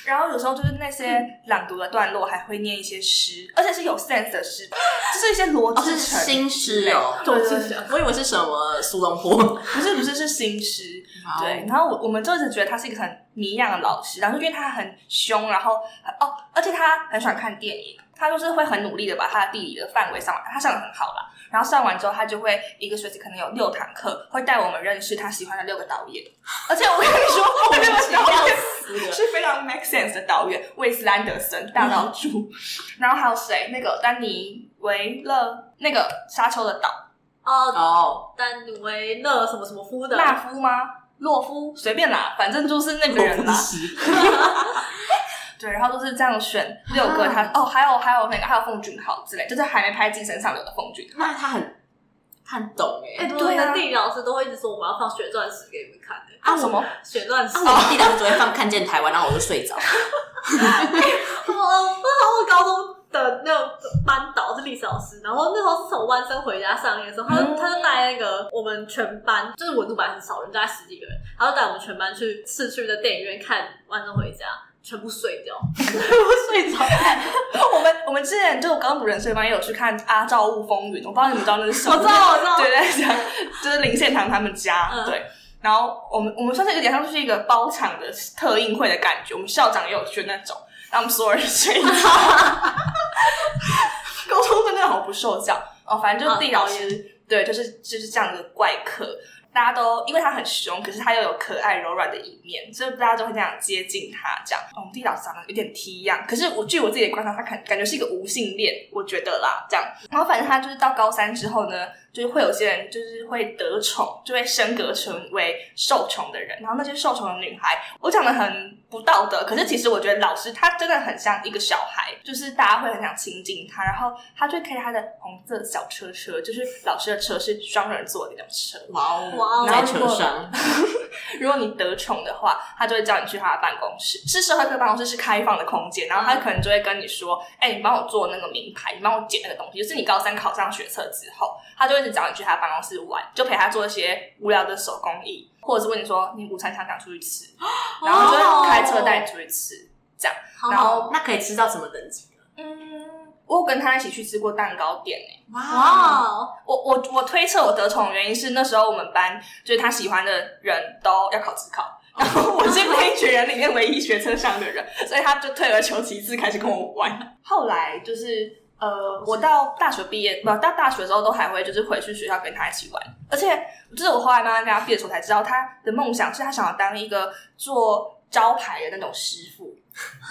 A: 然后有时候就是那
B: 嗯
A: 些朗读的段落还会念一些诗，而且是有 sense 的诗， <laughs> 就是一些罗
B: 哦，
A: 志
B: 是
A: 诚、
B: 新诗哦，
A: 对对
D: 对
A: 对，
B: 我以为是什么苏东坡。
A: 不是不是是新诗。对
B: <laughs> 对，，
A: 然后我我们就一直觉得他是一个很迷样的老师，然后就因为他很凶，然后很哦，而且他很喜欢看电影，他就是会很努力的把他的地理的范围上完，他上的很好啦。然后上完之后，他就会一个学期可能有六堂课，会带我们认识他喜欢的六个导
B: <laughs>
A: 演。而且我跟你说，我六个导演是非常 make sense 的导演，魏斯兰德森
D: 嗯
A: 大岛主，然后还有谁？那个丹尼维勒，那个沙丘的岛，
D: 哦，
B: 哦，
D: 丹维勒什么什么夫的，
A: 纳夫吗？洛夫随便啦，反正就是那个人啦。对，然后都是这样选
D: 啊
A: 六个他、哦，还有还有那个还有奉俊昊之类，就是还没拍《寄生上流》的奉俊昊。
B: <laughs> 那
D: <laughs>
B: 他很他很懂
D: 哎、
B: 哎。
D: 对，
A: 对啊
D: 我们的地理老师都会一直说我们要放血钻石给你们看、欸，
A: 啊什么？
D: 血钻石，
B: 啊，我们地当时只会放《看见台湾》，然后我就睡
A: <laughs>
B: 着。
D: 我 <laughs> 我高中的那种班导是历史老师，然后那时候是从湾生回家上夜的时候，他就、
A: 嗯
D: 他就带那个我们全班，就是文组班很少人，大概十几个人，他就带我们全班去市区的电影院看《万生回家》，全部睡掉。
A: 睡着。我们我们之前就我刚读人生班也有去看《阿照雾风云》，我不知道你们知道那是什么？
D: 我知道，我知道，
A: 对对对，就是林献堂他们家、
D: 嗯
A: 对。然后我们我们算是有点像是一个包场的特映会的感觉，我们校长也有去那种，让我们所有人睡着。 <laughs> 高中真的好不受教哦，反正就是地理老师、对，就是就是这样的怪客，大家都因为他很凶，可是他又有可爱柔软的一面，所以大家都会这样接近他。这样，哦我们地理老师长得有点 T 样，可是我据我自己的观察，他感感觉是一个无性恋，我觉得啦，这样。然后反正他就是到高三之后呢，就是会有些人就是会得宠，就会升格成为受宠的人。然后那些受宠的女孩，我讲的很不道德，可是其实我觉得老师他真的很像一个小孩，就是大家会很想亲近他，然后他就会开他的红色小车车，就是老师的车是双人座的那种车。
F: 哇哦，
D: 哇哦
F: 在车上，
A: 如果你得宠的话，他就会叫你去他的办公室，是社会科办公室是开放的空间，然后他可能就会跟你说，哎、你帮我做那个名牌，你帮我剪那个东西，就是你高三考上学测之后，他就会一直找你去他的办公室玩，就陪他做一些无聊的手工艺，或者是问你说你午餐想不想出去吃，然后就会开车带你出去吃。
D: 哦好
A: 然后
F: 那可以吃到什么等级？
A: 嗯，我有跟他一起去吃过蛋糕店诶、
D: 哇哦，
A: 我我我推测我得宠的原因是那时候我们班就是他喜欢的人都要考自考，然后我是那一群人里面唯一学车上的人，所以他就退而求其次开始跟我玩。后来就是呃，我到大学毕业，不到大学之后都还会就是回去学校跟他一起玩，而且就是我后来慢慢跟他毕业的时候才知道，他的梦想是他想要当一个做招牌的那种师傅，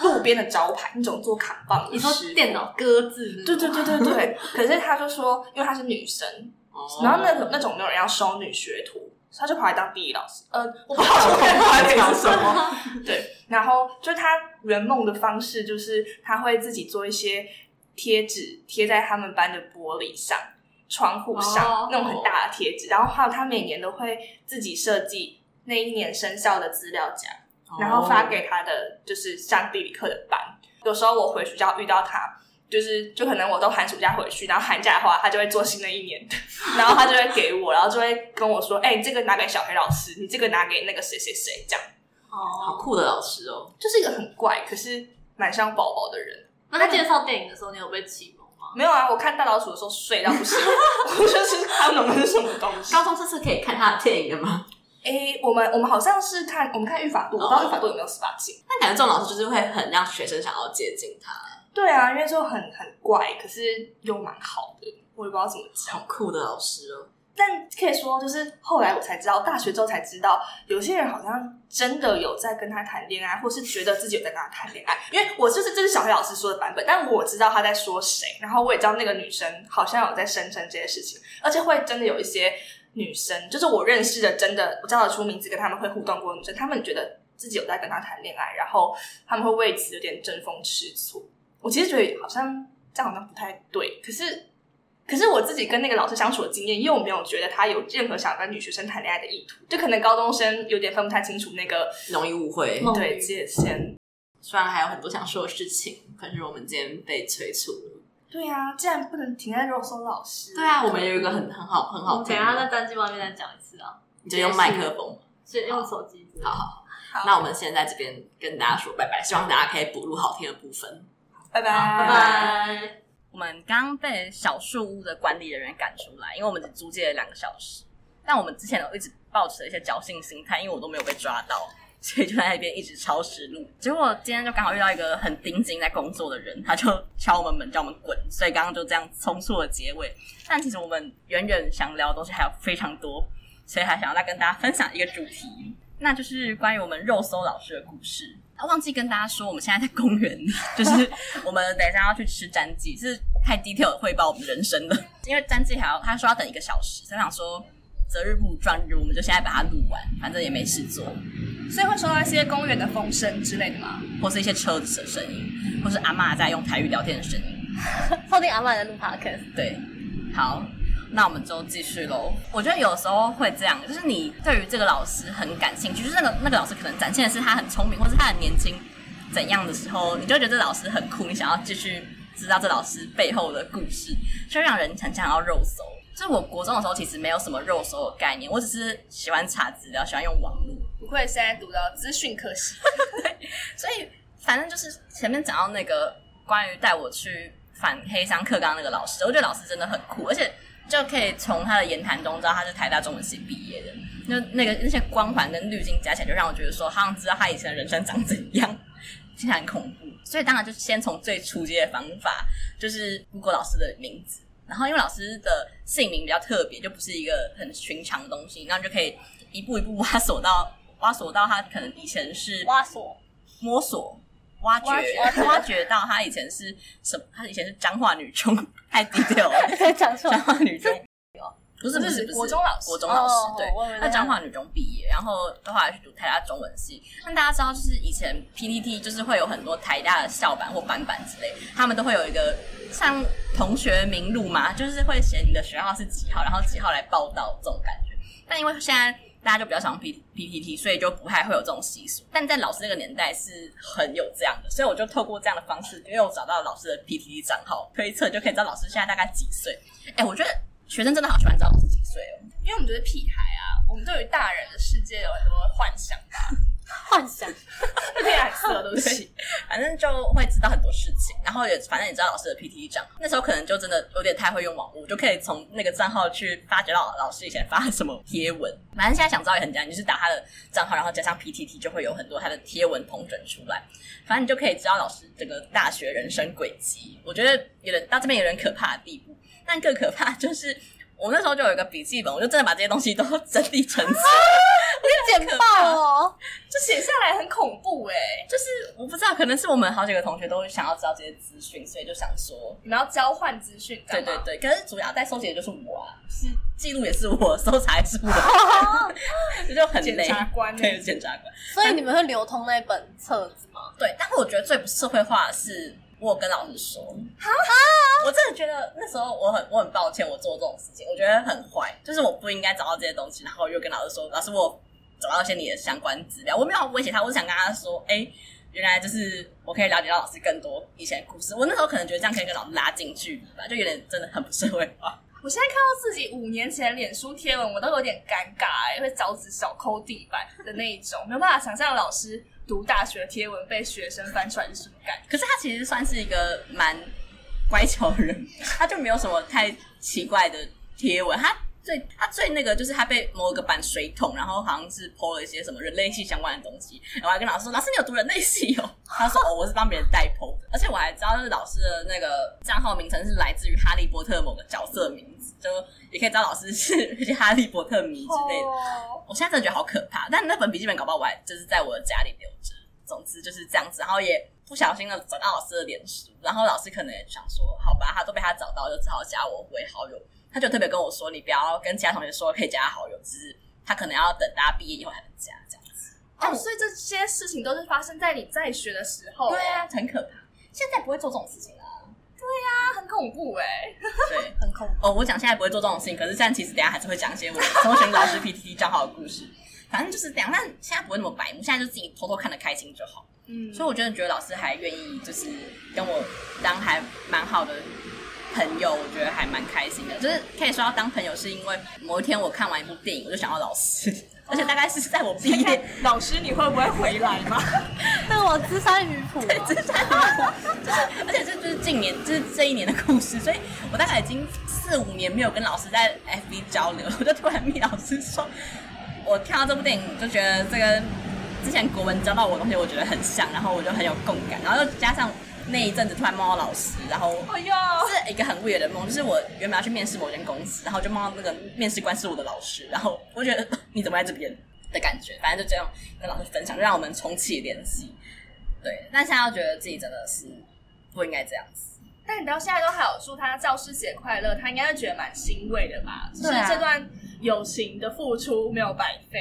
A: 路边的招牌那种做扛棒的
D: 你说
A: 师傅
D: 电。脑鸽子那种，
A: 嗯对对对对对，可是他就说，因为她是女生，
B: 哦
F: 哦
A: 然后那种那种没有人要收女学徒，所以他就跑来当地理老师。呃， <laughs> 我不好说他在讲什么。对，然后就是他圆梦的方式，就是他会自己做一些贴纸贴在他们班的玻璃上。窗户上、
D: 哦
A: 那种很大的贴纸，然后还有他每年都会自己设计那一年生效的资料夹，
F: 哦
A: 然后发给他的就是上地理课的班。有时候我回学校遇到他，就是就可能我都寒暑假回去，然后寒假的话，他就会做新的一年的， <laughs> 然后他就会给我，然后就会跟我说：“哎、你这个拿给小黑老师，你这个拿给那个谁谁谁。”这样
F: 好
D: 哦，
F: 酷的老师哦，
A: 就是一个很怪，可是蛮像宝宝的人。
D: 那他介绍电影的时候，你有被启蒙吗？
A: 没有啊，我看大老鼠的时候睡到不行， <laughs> 我就是看不懂那是什么东 <laughs> 西。
F: 高中这次可以看他的电影了吗？ <laughs>
A: 诶，哎我们我们好像是看我们看《御法度》，我不知道《御法度》有没有十八禁。
F: 但感觉这种老师就是会很让学生想要接近他，
A: 对啊，因为就很很怪，可是又蛮好的，我也不知道怎么讲。
F: 好酷的老师哦。
A: 但可以说，就是后来我才知道，大学之后才知道，有些人好像真的有在跟他谈恋爱，或是觉得自己有在跟他谈恋爱。因为我就是这是小黑老师说的版本，但我知道他在说谁，然后我也知道那个女生好像有在声称这些事情，而且会真的有一些女生，就是我认识的，真的我叫得出名字跟他们会互动过的女生，他们觉得自己有在跟他谈恋爱，然后他们会为此有点争风吃醋。我其实觉得好像这样好像不太对，可是可是我自己跟那个老师相处的经验，又没有觉得他有任何想跟女学生谈恋爱的意图，就可能高中生有点分不太清楚那个
F: 容易误会。
D: 梦
A: 对
D: 语
A: 界限。
F: 虽然还有很多想说的事情，可是我们今天被催促了。
A: 对啊，竟然不能停在肉松老师。
F: 对啊，我们有一个很很好很
D: 我
F: 好
D: 们
F: 听
D: 嗯等一下
F: 的，
D: 在单机外面再讲一次啊，
F: 你就用麦克风。
D: 所以用手机。
F: 好好好，那我们现在这边跟大家说拜拜，希望大家可以补录好听的部分。
A: 拜拜
D: 拜
A: 拜
D: 拜。
B: 我们刚被小树屋的管理人员赶出来，因为我们只租借了两个小时。但我们之前有一直抱持一些侥幸心态，因为我都没有被抓到， <laughs> 所以就在那边一直超时路。结果今天就刚好遇到一个很盯紧在工作的人，他就敲我们门叫我们滚，所以刚刚就这样匆促的结尾。但其实我们远远想聊的东西还有非常多，所以还想要再跟大家分享一个主题，那就是关于我们肉搜老师的故事。啊，忘记跟大家说，我们现在在公园里，就是我们等一下要去吃詹记，是太 detail 地汇报我们人生了。因为詹记还要他说要等一个小时，所以想说择日不如撞日，我们就现在把它录完，反正也没事做，
A: 所以会收到一些公园的风声之类的吗？
B: 或是一些车子的声音，或是阿嬷在用台语聊天的声音。
D: 后天阿曼在录 podcast，
B: 对，好，那我们就继续喽。我觉得有时候会这样，就是你对于这个老师很感兴趣，就是那个那个老师可能展现的是他很聪明，或是他很年轻怎样的时候，你就会觉得这老师很酷，你想要继续知道这老师背后的故事，就让人很想要肉搜。就是我国中的时候，其实没有什么肉搜的概念，我只是喜欢查资料，喜欢用网络。
A: 不愧现在读到资讯科系，
B: 所以反正就是前面讲到那个关于带我去反黑箱课纲那个老师，我觉得老师真的很酷，而且就可以从他的言谈中知道他是台大中文系毕业的。那那个那些光环跟滤镜加起来，就让我觉得说，好像知道他以前的人生长怎样，听起来很恐怖。所以当然就先从最初阶的方法，就是谷歌老师的名字。然后因为老师的姓名比较特别，就不是一个很寻常的东西，那你就可以一步一步挖索到挖索到他可能以前是
D: 挖锁
B: 摸索、挖掘、
D: 挖
B: 挖
D: 掘
B: 掘到她以前是什么？她以前是彰化女中，太低调了。 <laughs>
D: 讲错
B: 彰，化女中，不是不是不是
A: 国中老师
B: 国中老师
A: 哦
B: 对
A: 我以为，
B: 他彰化女中毕业，然后后来去读台大中文系。那大家知道，就是以前 PPT 就是会有很多台大的校版或班版之类，他们都会有一个像同学名录嘛，就是会写你的学号是几号，然后几号来报道这种感觉。但因为现在大家就比较常用 P P P T，所以就不太会有这种习俗。但在老师那个年代是很有这样的，所以我就透过这样的方式，因为我找到老师的 P P T 账号推测，就可以知道老师现在大概几岁。哎、我觉得学生真的好喜欢知道老师几岁哦。
A: 因为我们觉得屁孩啊，我们对于大人的世界有很多幻想吧，<laughs>
D: 幻想
B: <laughs>
A: 恋爱色的东西。
B: 反正就会知道很多事情，然后也反正也知道老师的 PTE 账号，那时候可能就真的有点太会用网络，就可以从那个账号去发掘到老师以前发什么贴文。反正现在想知道也很简单，你就是打他的账号，然后加上 PTT 就会有很多他的贴文统整出来。反正你就可以知道老师整个大学人生轨迹。我觉得有点到这边有点可怕的地步，但更可怕就是我那时候就有一个笔记本，我就真的把这些东西都 <laughs> 整理成册，我就觉得很可怕
D: 爆哦，
A: 就写下来很恐怖哎、
B: 就是我不知道，可能是我们好几个同学都想要知道这些资讯，所以就想说，
A: 你们要交换资讯，
B: 对对。对。可是主要在收集的就是我啊，是记录也是我，搜查也是我， <laughs> 这就很
A: 检
B: 累。
A: 察官欸
B: 对检察官，
D: 所以你们会流通那本册 <laughs> 子吗？
B: 对。但是我觉得最不社会化的是，我有跟老师说，我真的觉得那时候我很我很抱歉，我做这种事情，我觉得很坏，就是我不应该找到这些东西，然后又跟老师说，老师我找到一些你的相关资料，我没有威胁他，我只想跟他说，哎、原来就是我可以了解到老师更多以前的故事。我那时候可能觉得这样可以跟老师拉近距离吧，就有点真的很不社会化。
A: 我现在看到自己五年前脸书贴文，我都有点尴尬哎、会脚趾小抠地板的那一种，没有办法想象老师读大学贴文被学生翻出来是什么感觉。
B: 可是他其实算是一个蛮乖巧的人，他就没有什么太奇怪的贴文。他最他最那个就是他被某个版水桶，然后好像是 PO 了一些什么人类系相关的东西，然后我还跟老师说：“老师，你有读人类系 <laughs> 哦？”他说：“哦，我是帮别人代 PO 的。”而且我还知道，就是老师的那个账号名称是来自于《哈利波特》某个角色的名字，就也可以知道老师是 <laughs> 一些哈利波特迷之类的。
A: 哦，
B: 我现在真的觉得好可怕。但那本笔记本搞不好我还就是在我的家里留着。总之就是这样子，然后也不小心的找到老师的脸书，然后老师可能也想说，好吧，他都被他找到，就只好加我为好友。他就特别跟我说，你不要跟其他同学说可以加他好友，只是他可能要等大家毕业以后才能加这样子。
A: 哦，所以这些事情都是发生在你在学的时候，欸
B: 对，啊，很可怕。现在不会做这种事情了。
A: 那很恐怖哎、
B: 对，
D: 很恐怖。
B: 哦，我讲现在不会做这种事情，可是但其实等一下还是会讲一些我从选老师 PPT 账号的故事。反正就是这样，但现在不会那么白目，现在就自己偷偷看得开心就好。
A: 嗯，
B: 所以我真的觉得老师还愿意就是跟我当还蛮好的朋友，我觉得还蛮开心的。就是可以说要当朋友，是因为某一天我看完一部电影，我就想要老师， <laughs> 而且大概是在我毕业
A: 老师你会不会回来吗？
D: 那我资山鱼谱
B: 对，这是他的，就是而且这就是近年，这、是这一年的故事，所以我大概已经四五年没有跟老师在 FB 交流，我就突然密老师说，我看到这部电影就觉得这个之前国文教到我的东西，我觉得很像，然后我就很有共感，然后又加上那一阵子突然梦到老师，然后。
A: 哎呀，
B: 是一个很 weird 的梦，就是我原本要去面试某间公司，然后就梦到那个面试官是我的老师，然后我觉得哦你怎么在这边的感觉，反正就这样跟老师分享，就让我们重启联系。对，但现在又觉得自己真的是不应该这样子。
A: <laughs> 但你到现在都还有祝他教师节快乐，他应该会觉得蛮欣慰的吧？就是
B: 对啊
A: 这段友情的付出没有白费。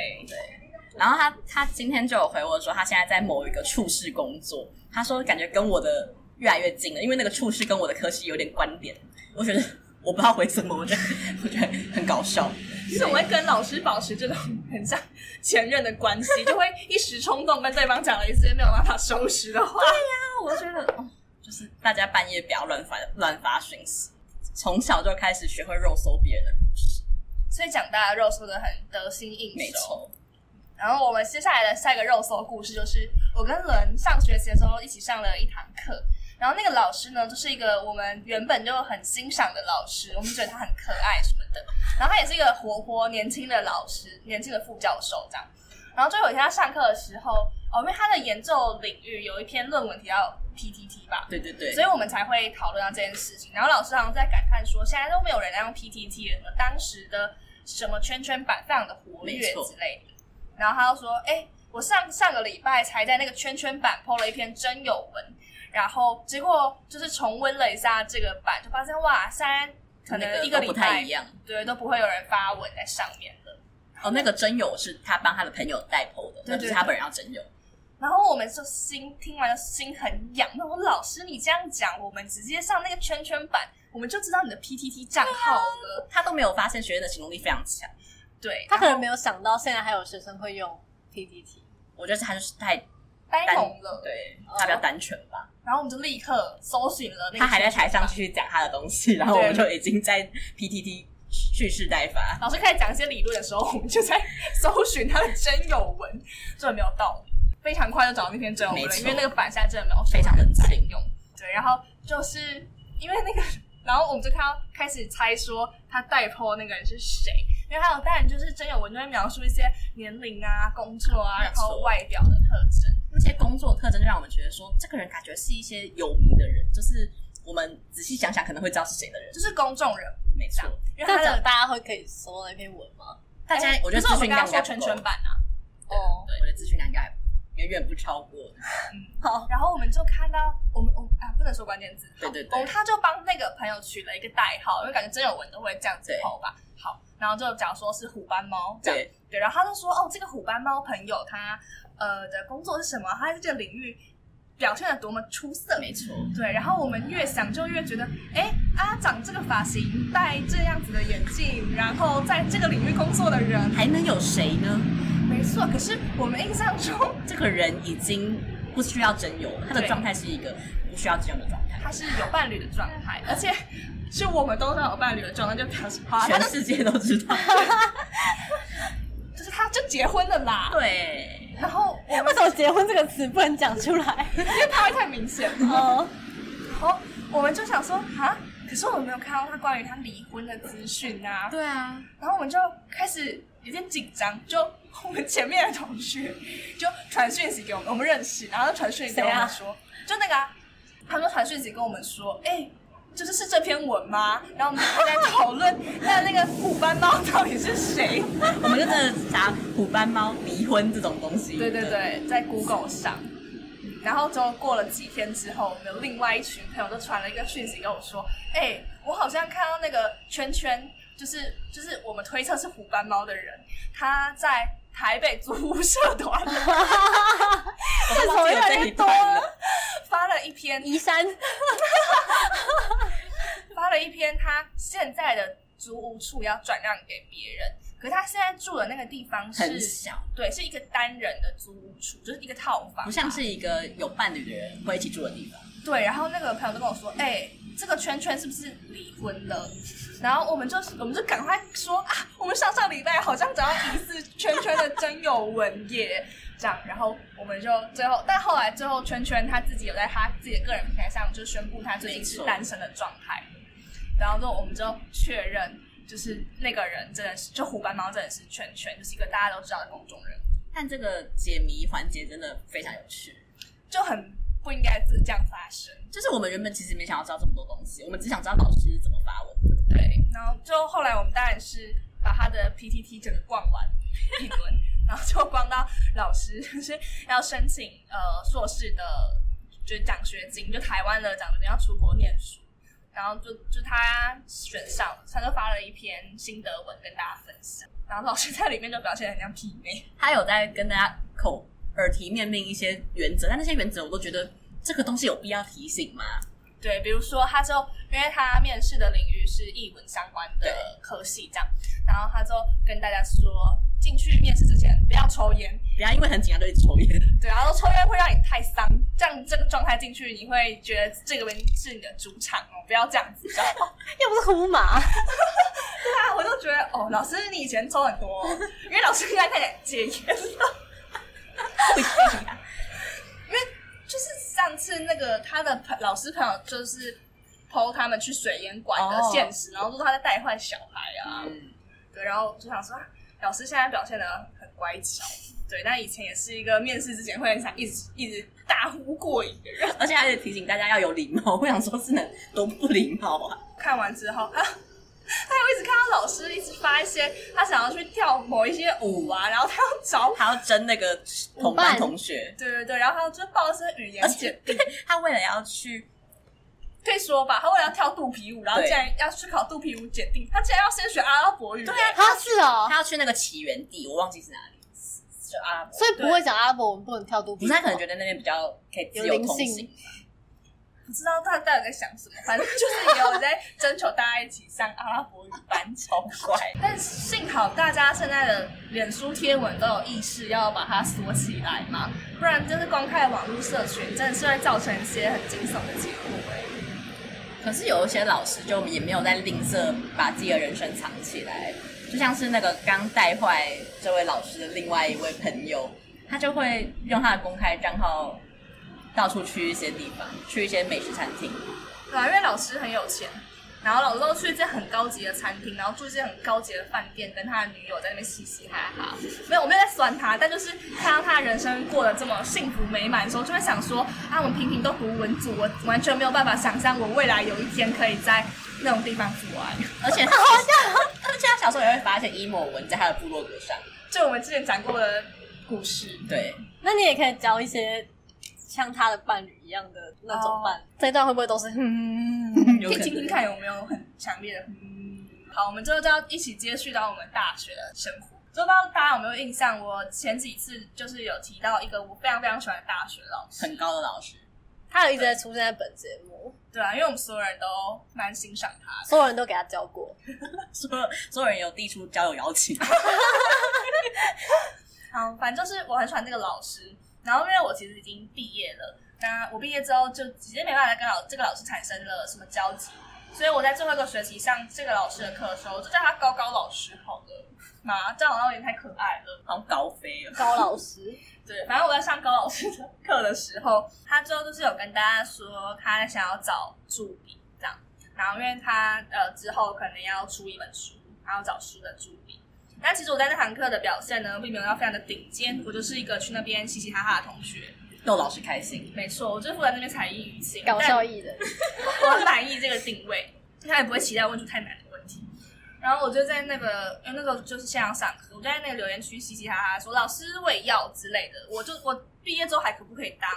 B: 然后他他今天就有回我说，他现在在某一个处室工作，他说感觉跟我的越来越近了，因为那个处室跟我的科系有点关联。我觉得我不知道回什么，我觉得我觉得很搞笑。
A: 你怎么会跟老师保持这种很像前任的关系？就会一时冲动跟对方讲了一些没有办法收拾的话。
B: 我觉得，哦就是大家半夜不要乱发乱发讯息，从小就开始学会肉搜别人的故事。
A: 所以长大的肉搜的很得心应
B: 没
A: 手。
B: 错，
A: 然后我们接下来的下一个肉搜故事就是，我跟伦上学期的时候一起上了一堂课。然后那个老师呢，就是一个我们原本就很欣赏的老师，我们觉得他很可爱什么的。然后他也是一个活泼年轻的老师，年轻的副教授这样。然后最后一天他上课的时候，哦，因为他的研究领域有一篇论文提到 PTT 吧，
B: 对对对
A: 哦所，以我们才会讨论到这件事情。然后老师好像在感叹说，现在都没有人在用 PTT 了，当时的什么圈圈版非常的活跃
B: 没错
A: 之类的。然后他又说，哎、我上上个礼拜才在那个圈圈版 PO 了一篇真有文，然后结果就是重温了一下这个版，就发现哇，现在可
B: 那
A: 能
B: 个
A: 一个
B: 都
A: 礼
B: 不太
A: 拜
B: 一，样。
A: 对，都不会有人发文在上面了。
B: 哦，那个真友是他帮他的朋友代 PO 的，
A: 对
B: 那不是
A: 对
B: 他
A: 对
B: 本人要真友。
A: 然后我们就心听完就心很痒。那我老师你这样讲，我们直接上那个圈圈版，我们就知道你的 PTT 账号了。
B: 他都没有发现学院的行动力非常强，
A: 对，
D: 他可能没有想到现在还有学生会用 PPT，
B: 我觉得他就是太
A: 呆
B: 单
A: 红了。
B: 对，他比较单纯吧。
A: 然后我们就立刻搜寻了那个。
B: 他还在台上继续讲他的东西，然后我们就已经在 PTT 蓄势待发。
A: 老师开始讲一些理论的时候，我们就在
B: <laughs>
A: 搜寻他的真有文，这很没有道理。非常快就找到那篇真有文
B: 没
A: 了，
B: 错
A: 因为那个版现在真的没有
B: 非常的
A: 在
B: 近
A: 用。对，然后就是因为那个，然后我们就看到开始猜说他代 p 那个人是谁，因为还有当然就是真有文就会描述一些年龄啊、工作啊，
B: 没
A: 然
B: 错
A: 后外表的特征。
B: 那些工作特征就让我们觉得说，这个人感觉是一些有名的人，就是我们仔细想想可能会知道是谁的人。
A: 就是公众人物，
B: 没错，哎
A: 因为
D: 这
A: 他
D: 样讲
A: 的哎
D: 大家会可以搜那篇文吗？
B: 大家我
A: 可
B: 觉得
A: 是
B: 资
A: 我们
B: 讯
A: 刚
B: 量
A: 刚
B: 应
A: 说
B: 该不
A: 全
B: 够
A: 全版啊，
D: 哦，
B: 对，我觉得资讯量应该远远不超过。
D: 好，
A: 然后我们就看到，我们我啊不能说关键字，
B: 对对
A: 我们
B: 对，
A: 他就帮那个朋友取了一个代号，因为感觉真有文都会这样子吼吧。好，然后就讲说是虎斑猫这样，
B: 对
A: 对，然后他就说哦，这个虎斑猫朋友他呃的工作是什么？他在这个领域表现的多么出色，
B: 没错，
A: 对，然后我们越想就越觉得，哎啊，长这个发型，戴这样子的眼镜，然后在这个领域工作的人，
B: 还能有谁呢？
A: 没错。可是我们印象中
B: 这个人已经不需要真友了，他的
A: 对
B: 状态是一个不需要真友的状态。
A: 他是有伴侣的状态，而且是我们都是有伴侣的状态，就表示啊，他
B: 全
A: 就
B: 世界都知 <laughs> 道，
A: 就是他就结婚了啦。
B: 对，
A: 然后我们
D: 为什么结婚这个词不能讲出来？
A: 因为他会太明显嘛，
D: 哦，
A: 然后我们就想说哈，可是我们没有看到他关于他离婚的资讯啊，
B: 对啊，
A: 然后我们就开始有点紧张，就我们前面的同学就传讯息给我们，我们认识，然后就传讯息给我
D: 谁啊
A: 们说，就那个、啊、他们传讯息跟我们说，哎、就是是这篇文吗？然后我们就在讨论，那那个虎斑猫到底是谁？
B: 我们就真的查虎斑猫离婚这种东西。
A: 对对，对，在 Google 上。然后之后过了几天之后，我们有另外一群朋友就传了一个讯息跟我说：“哎、我好像看到那个圈圈，就是就是我们推测是虎斑猫的人，他在台北租屋社团
B: 我都忘记有这一段了。
A: 发了一篇 <laughs>
D: 宜 <laughs> 山，
A: 发了一篇他现在的租屋处要转让给别人，可是他现在住的那个地方
B: 很
A: 是，
B: 小，
A: 对，是一个单人的租屋处，就是一个套房，
B: 不像是一个有伴侣的人会一起住的地方。
A: 对，然后那个朋友就跟我说：“哎、这个圈圈是不是离婚了？”然后我们就我们就赶快说啊，我们上上礼拜好像找到疑似圈圈的真有文耶，这样。然后我们就最后，但后来最后圈圈他自己有在他自己的个人平台上就宣布他最近是
B: 没错
A: 单身的状态，然后就我们就确认。就是那个人真的是，就虎斑猫真的是圈圈，就是一个大家都知道的公众人物，
B: 但这个解谜环节真的非常有趣，
A: 就很不应该是这样发生。
B: 就是我们原本其实没想要知道这么多东西，我们只想知道老师是怎么发文的。
A: 对，然后就后来我们当然是把他的 PTT 整个逛完一轮，然后就逛到老师就是要申请呃硕士的，就是奖学金，就台湾的奖学金要出国念书，然后就就他选上了，他就发了一篇心得文跟大家分享，然后老师在里面就表现得很像媲美，
B: 他有在跟大家口耳提面命一些原则，但那些原则我都觉得这个东西有必要提醒吗？
A: 对，比如说他就因为他面试的领域是译文相关的科系这样，然后他就跟大家说进去面试之前不要抽烟。
B: 不要因为很紧张就一直抽烟。
A: 对，然后抽烟会让你太丧，这样这个状态进去，你会觉得这个是你的主场哦，不要这样子，知道吗？
D: 又不是胡
A: <laughs>
D: 马，
A: 对啊，我就觉得哦，老师你以前抽很多、哦，因为老师现在开始戒 <laughs> 烟啊了。因为就是上次那个他的朋老师朋友就是剖他们去水烟馆的
B: 哦
A: 现实，然后说他在带坏小孩啊，
B: 嗯，
A: 对，然后我就想说，啊老师现在表现的很乖巧，对，但以前也是一个面试之前会很想一直一直大呼过瘾的人。
B: 而且还得提醒大家要有礼貌。我想说，是能多不礼貌啊？
A: 看完之后啊， <laughs> 他有一直看到老师一直发一些他想要去跳某一些舞啊，然后他要 <laughs> 找，
B: 还要争那个同班同学，
A: 对对对，然后他就抱着语言
B: 而且
A: 简历，
B: 他为了要去
A: <laughs> 可以说吧，他为了要跳肚皮舞，然后
E: 对
A: 竟然要去考肚皮舞检定，他竟然要先学阿拉伯语。对啊，
D: 他是哦，
E: 他要去那个起源地，我忘记是哪里，就阿拉伯。
D: 所以不会讲阿拉伯文，不能跳肚皮
E: 不是
D: 舞。
E: 他可能觉得那边比较可以自由通
D: 有灵性
E: 行，
A: 不知道他到底在想什么，反正就是有在征求大家一起上阿拉伯语班。
E: 超怪。
A: <laughs> 但幸好大家现在的脸书贴文都有意识要把它锁起来嘛，不然就是公开的网络社群真的是会造成一些很惊悚的结果、欸。
E: 可是有一些老师就也没有在吝啬把自己的人生藏起来，就像是那个刚带坏这位老师的另外一位朋友，他就会用他的公开账号到处去一些地方，去一些美食餐厅。
A: 对啊，因为老师很有钱，然后老师都去一些很高级的餐厅，然后住一些很高级的饭店，跟他的女友在那边嘻嘻哈哈。没有，我没有在酸他，但就是看到他人生过得这么幸福美满的时候，就会想说啊，我平平都读文组，我完全没有办法想象我未来有一天可以在那种地方做爱。
E: 而且他好像，而且他小时候也会发现 emo 文在他的部落格上。
A: 就我们之前讲过的故事，
E: 对，
D: <laughs> 那你也可以交一些像他的伴侣一样的那种伴侣。 <laughs> 这一段会不会都是嗯？
A: 可以听听看 <laughs> 有没有很强烈的。嗯，好，我们之后就要一起接续到我们大学的生活。不知道大家有没有印象？我前几次就是有提到一个我非常非常喜欢的大学老师，
E: 很高的老师，
D: 他有一直在出现在本节目，
A: 对啊，因为我们所有人都蛮欣赏他。
D: 所有人都给他教过。
E: <laughs> 所有所有人有递出交友邀请。
A: 好，反正就是我很喜欢这个老师。然后因为我其实已经毕业了，那我毕业之后就直接没办法再跟老这个老师产生了什么交集，所以我在最后一个学期上这个老师的课的时候，我就叫他高高老师好了。妈，这样好像有点太可爱了。
E: 好像高飞了。
D: 高老师，
A: 对，反正我在上高老师的课的时候，他之后就是有跟大家说他想要找助理这样，然后因为他呃之后可能要出一本书，然后找书的助理。但其实我在这堂课的表现呢，并没有要非常的顶尖，我就是一个去那边嘻嘻哈哈的同学。
E: 逗老师开心，
A: 没错，我就是负责那边才艺娱性，
D: 搞笑艺人，
A: <laughs> 我很满意这个定位，他也不会期待我问出太难的问题。然后我就在那个，因为那时候就是线上上课，我就在那个留言区嘻嘻哈哈说老师我也要之类的，我就我毕业之后还可不可以当？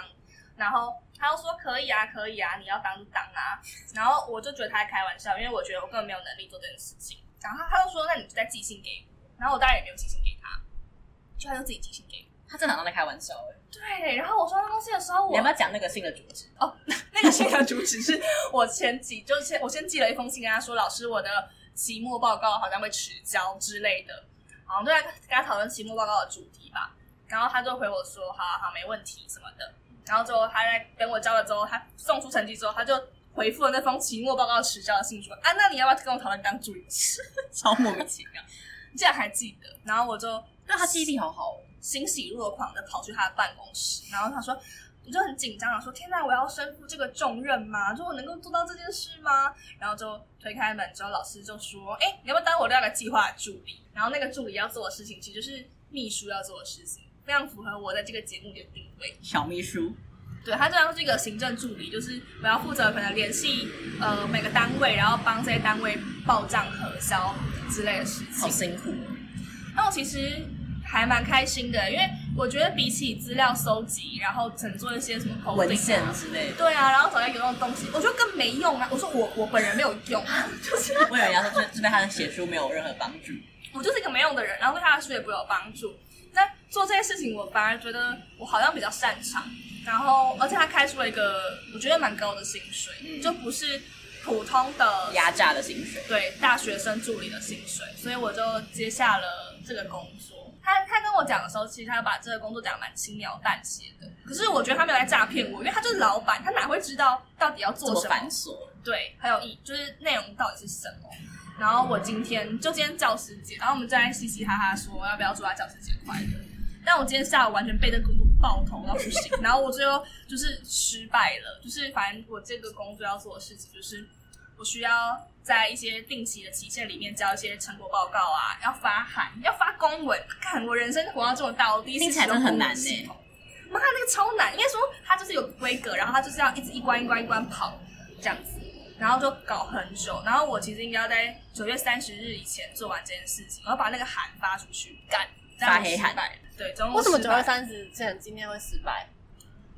A: 然后他就说可以啊，可以啊，你要当就当啊。然后我就觉得他在开玩笑，因为我觉得我根本没有能力做这件事情。然后他就说那你就再寄信给我，然后我当然也没有寄信给他，就他就自己寄信给我。
E: 他正常在开玩笑哎。
A: 对，然后我收到东西的时候，
E: 你
A: 我
E: 要不要讲那个信的主哦旨？
A: <laughs> 那个信的主旨是我前几就是先我先寄了一封信跟他说，老师我的期末报告好像会迟交之类的，好像都在跟他讨论期末报告的主题吧。然后他就回我说，好好好，没问题什么的。然后之后他在等我交了之后，他送出成绩之后，他就回复了那封期末报告迟交的信说，啊，那你要不要跟我讨论当助理 <laughs> 师？
E: 超莫名其妙。
A: 你竟然还记得？然后我就
E: <laughs> 那他记忆力好好哦，
A: 欣喜若狂的跑去他的办公室，然后他说，我就很紧张啊，说天哪，我要身负这个重任吗？就我能够做到这件事吗？然后就推开门之后，老师就说，哎、你要不要当我那个计划的助理？然后那个助理要做的事情，其实就是秘书要做的事情，非常符合我在这个节目里的定位。
E: 小秘书
A: 对他就像是一个行政助理，就是我要负责可能联系呃每个单位，然后帮这些单位报账核销之类的事
E: 好
A: 情。
E: 辛苦哦。
A: 那我其实还蛮开心的，因为我觉得比起资料搜集，然后整做一些什么口
E: 文献之类的，
A: 对啊，然后找到有用的东西，我觉得更没用啊。我说我我本人没有用，就是
E: 我以为人家说这这对他的写书没有任何帮助，
A: 我就是一个没用的人，然后对他的书也不会有帮助。但做这些事情，我反而觉得我好像比较擅长。然后，而且他开出了一个我觉得蛮高的薪水，
E: 嗯
A: 就不是普通的
E: 压榨的薪水。
A: 对大学生助理的薪水，所以我就接下了这个工作。他他跟我讲的时候，其实他把这个工作讲得蛮轻描淡写的，可是我觉得他没有在诈骗我，因为他就是老板，他哪会知道到底要
E: 这
A: 做
E: 么
A: 什么？
E: 繁琐，
A: 对，还有意就是内容到底是什么。然后我今天就今天教师节，然后我们正在嘻嘻哈哈说要不要祝他教师节快乐。但我今天下午完全被这个工作爆头到不行，然后我最后就是失败了。就是反正我这个工作要做的事情，就是我需要在一些定期的期限里面交一些成果报告啊，要发函，要发公文。看我人生活到这么大，我第一次
E: 听起来
A: 使用
E: 真的很
A: 公文
E: 难欸
A: 系
E: 呢
A: 统 <laughs> 妈，那个超难，应该说它就是有规格，然后它就是要一直一关一关一关跑这样子，然后就搞很久。然后我其实应该要在九月三十日以前做完这件事情，我要把那个函发出去，干
E: 发黑函。
A: 这样失败对，总共
D: 为什么
A: 失
D: 九
A: 败
D: 月？三十之前今天会失败？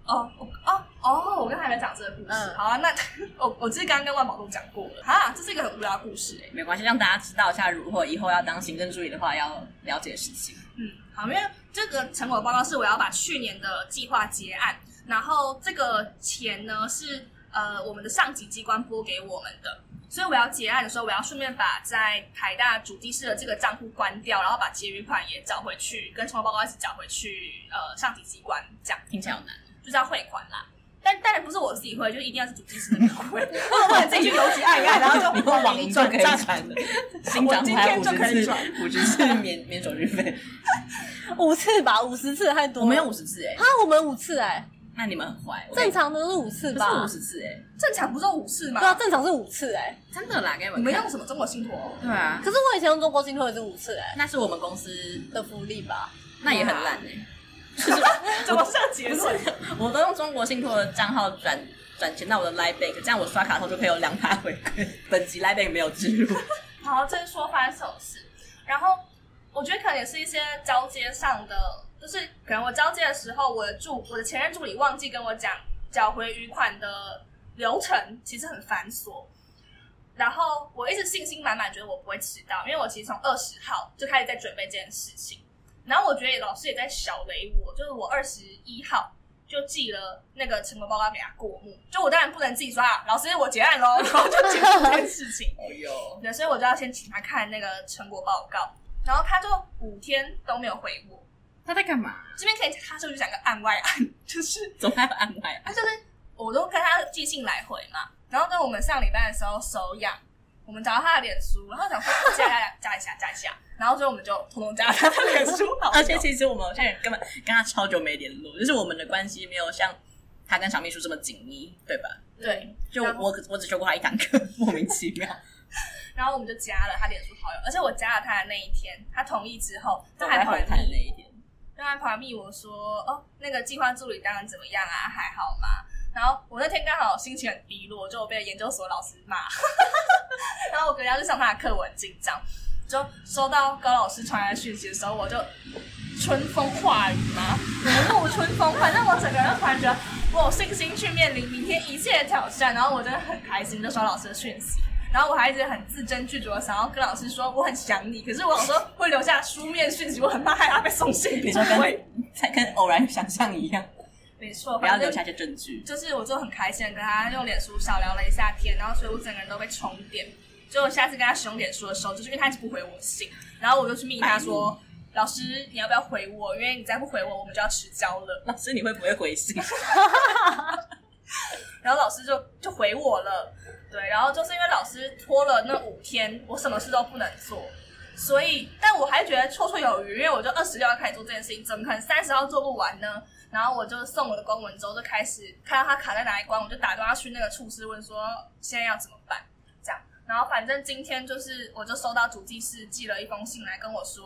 A: 哦，我哦哦，我刚才还没讲这个故事。
E: 嗯
A: 好啊，那 <laughs> 我我记得刚刚跟万宝路讲过了哈，这是一个很无聊的故事哎、
E: 没关系，让大家知道一下，如果以后要当行政助理的话，要了解的事情。
A: 嗯，好，因为这个成果报告是我要把去年的计划结案，然后这个钱呢是呃我们的上级机关拨给我们的，所以我要结案的时候，我要顺便把在台大主机室的这个账户关掉，然后把结余款也找回去，跟成果报告一起找回去呃上级机关这样。
E: 听起来好难，
A: 就是要汇款啦。但当然不是我自己汇，就一定要是主机室的人汇。 <laughs> 或 <laughs> 者我自己去邮局按一按，然后就
E: 你用网银就可以
A: 账
E: <laughs> 转的，新账户还五
A: <laughs> 我今天就可以
E: 十次
A: 转，
E: 五十次免免手续费，
D: 五次吧，五十次太多
E: 我
D: 了。
E: 们有五十次哎
D: 啊，，我们五次哎，
E: 那你们很坏，我跟
D: 正
E: 你
D: 常的是五次
E: 不是
D: 吧
E: 五？十次哎，
A: 正常不是五次吗
D: 对？啊，正常是五次哎。
E: 真的啦，给你
A: 你
E: 们
A: 们
E: 看
A: 用什么中国信托、哦？
E: 对啊，
D: 可是 <laughs> 我以前用中国信托也是五次哎
E: 那是我们公司，
D: 的福利吧？
E: 那也很烂哎，
A: 怎么上结论？
E: 我都用中国信托的账号转转钱到我的 Line Bank，这样我刷卡后就可以有两趴回馈。 <laughs> 本集 Line Bank 没有植入，
A: 好，这是说发生什么事。然后我觉得可能也是一些交接上的，就是可能我交接的时候，我的助我的前任助理忘记跟我讲缴回余款的流程，其实很繁琐。然后我一直信心满满，觉得我不会迟到，因为我其实从二十号就开始在准备这件事情。然后我觉得老师也在小雷我，就是我二十一号就寄了那个成果报告给他过目，就我当然不能自己说啊，老师我结案喽，然 <laughs> 后就结束这件事情。
E: 哦哟，
A: 对，所以我就要先请他看那个成果报告，然后他就五天都没有回我。
E: 他在干嘛？
A: 这边可以，他就是讲个案外案， <laughs> 就是
E: 怎么还有安排？
A: 他就是我都跟他寄信来回嘛。然后呢，我们上礼拜的时候手痒，我们找到他的脸书，然后想说加加加一下加一下，然后所以我们就通通加了他的脸
E: <laughs>
A: 书好友，
E: 而且其实我们现在根本跟他超久没联络，就是我们的关系没有像他跟小秘书这么紧密，对吧？
A: 对，
E: 就
A: 然后
E: 我我只修过他一堂课，莫名其 <laughs> 妙。
A: 然后我们就加了他脸书好友，而且我加了他的那一天，他同意之后，他
E: 还
A: 还跑
E: 好
A: 来
E: 谈
A: 密
E: 那一天，
A: 让他跑来密我说，哦，那个计划助理当然怎么样啊，还好吗？然后我那天刚好心情很低落，就我被研究所老师骂， <laughs> 然后我隔天要去上他的课，我很紧张。就收到高老师传来的讯息的时候，我就春风化雨嘛，如沐春风，反正我整个人突然觉得我有信心去面临明天一切的挑战，然后我真的很开心，就收到老师的讯息。然后我还一直很字斟句酌，想要跟老师说我很想你，可是我想说会留下书面讯息，我很怕害他被送信。
E: 你说
A: 不会，
E: 跟才跟偶然想象一样，
A: 没错，
E: 不要
A: 反正
E: 留下一些证据。
A: 就是我就很开心地跟他用脸书小聊了一下天，然后所以我整个人都被充电。所以我下次跟他使用脸书的时候，就是因为他一直不回我信，然后我就去密他
E: 哎
A: 说：“老师，你要不要回我？因为你再不回我，我们就要迟交了。
E: 老师，你会不会回 <laughs> 信？”
A: 然后老师就就回我了，对，然后就是因为老师拖了那五天，我什么事都不能做，所以但我还觉得绰绰有余，因为我就二十六号开始做这件事情，怎么可能三十号做不完呢？然后我就送我的公文之后，就开始看到他卡在哪一关，我就打电话去那个处室问说现在要怎么办，这样。然后反正今天就是我就收到主计室寄了一封信来跟我说，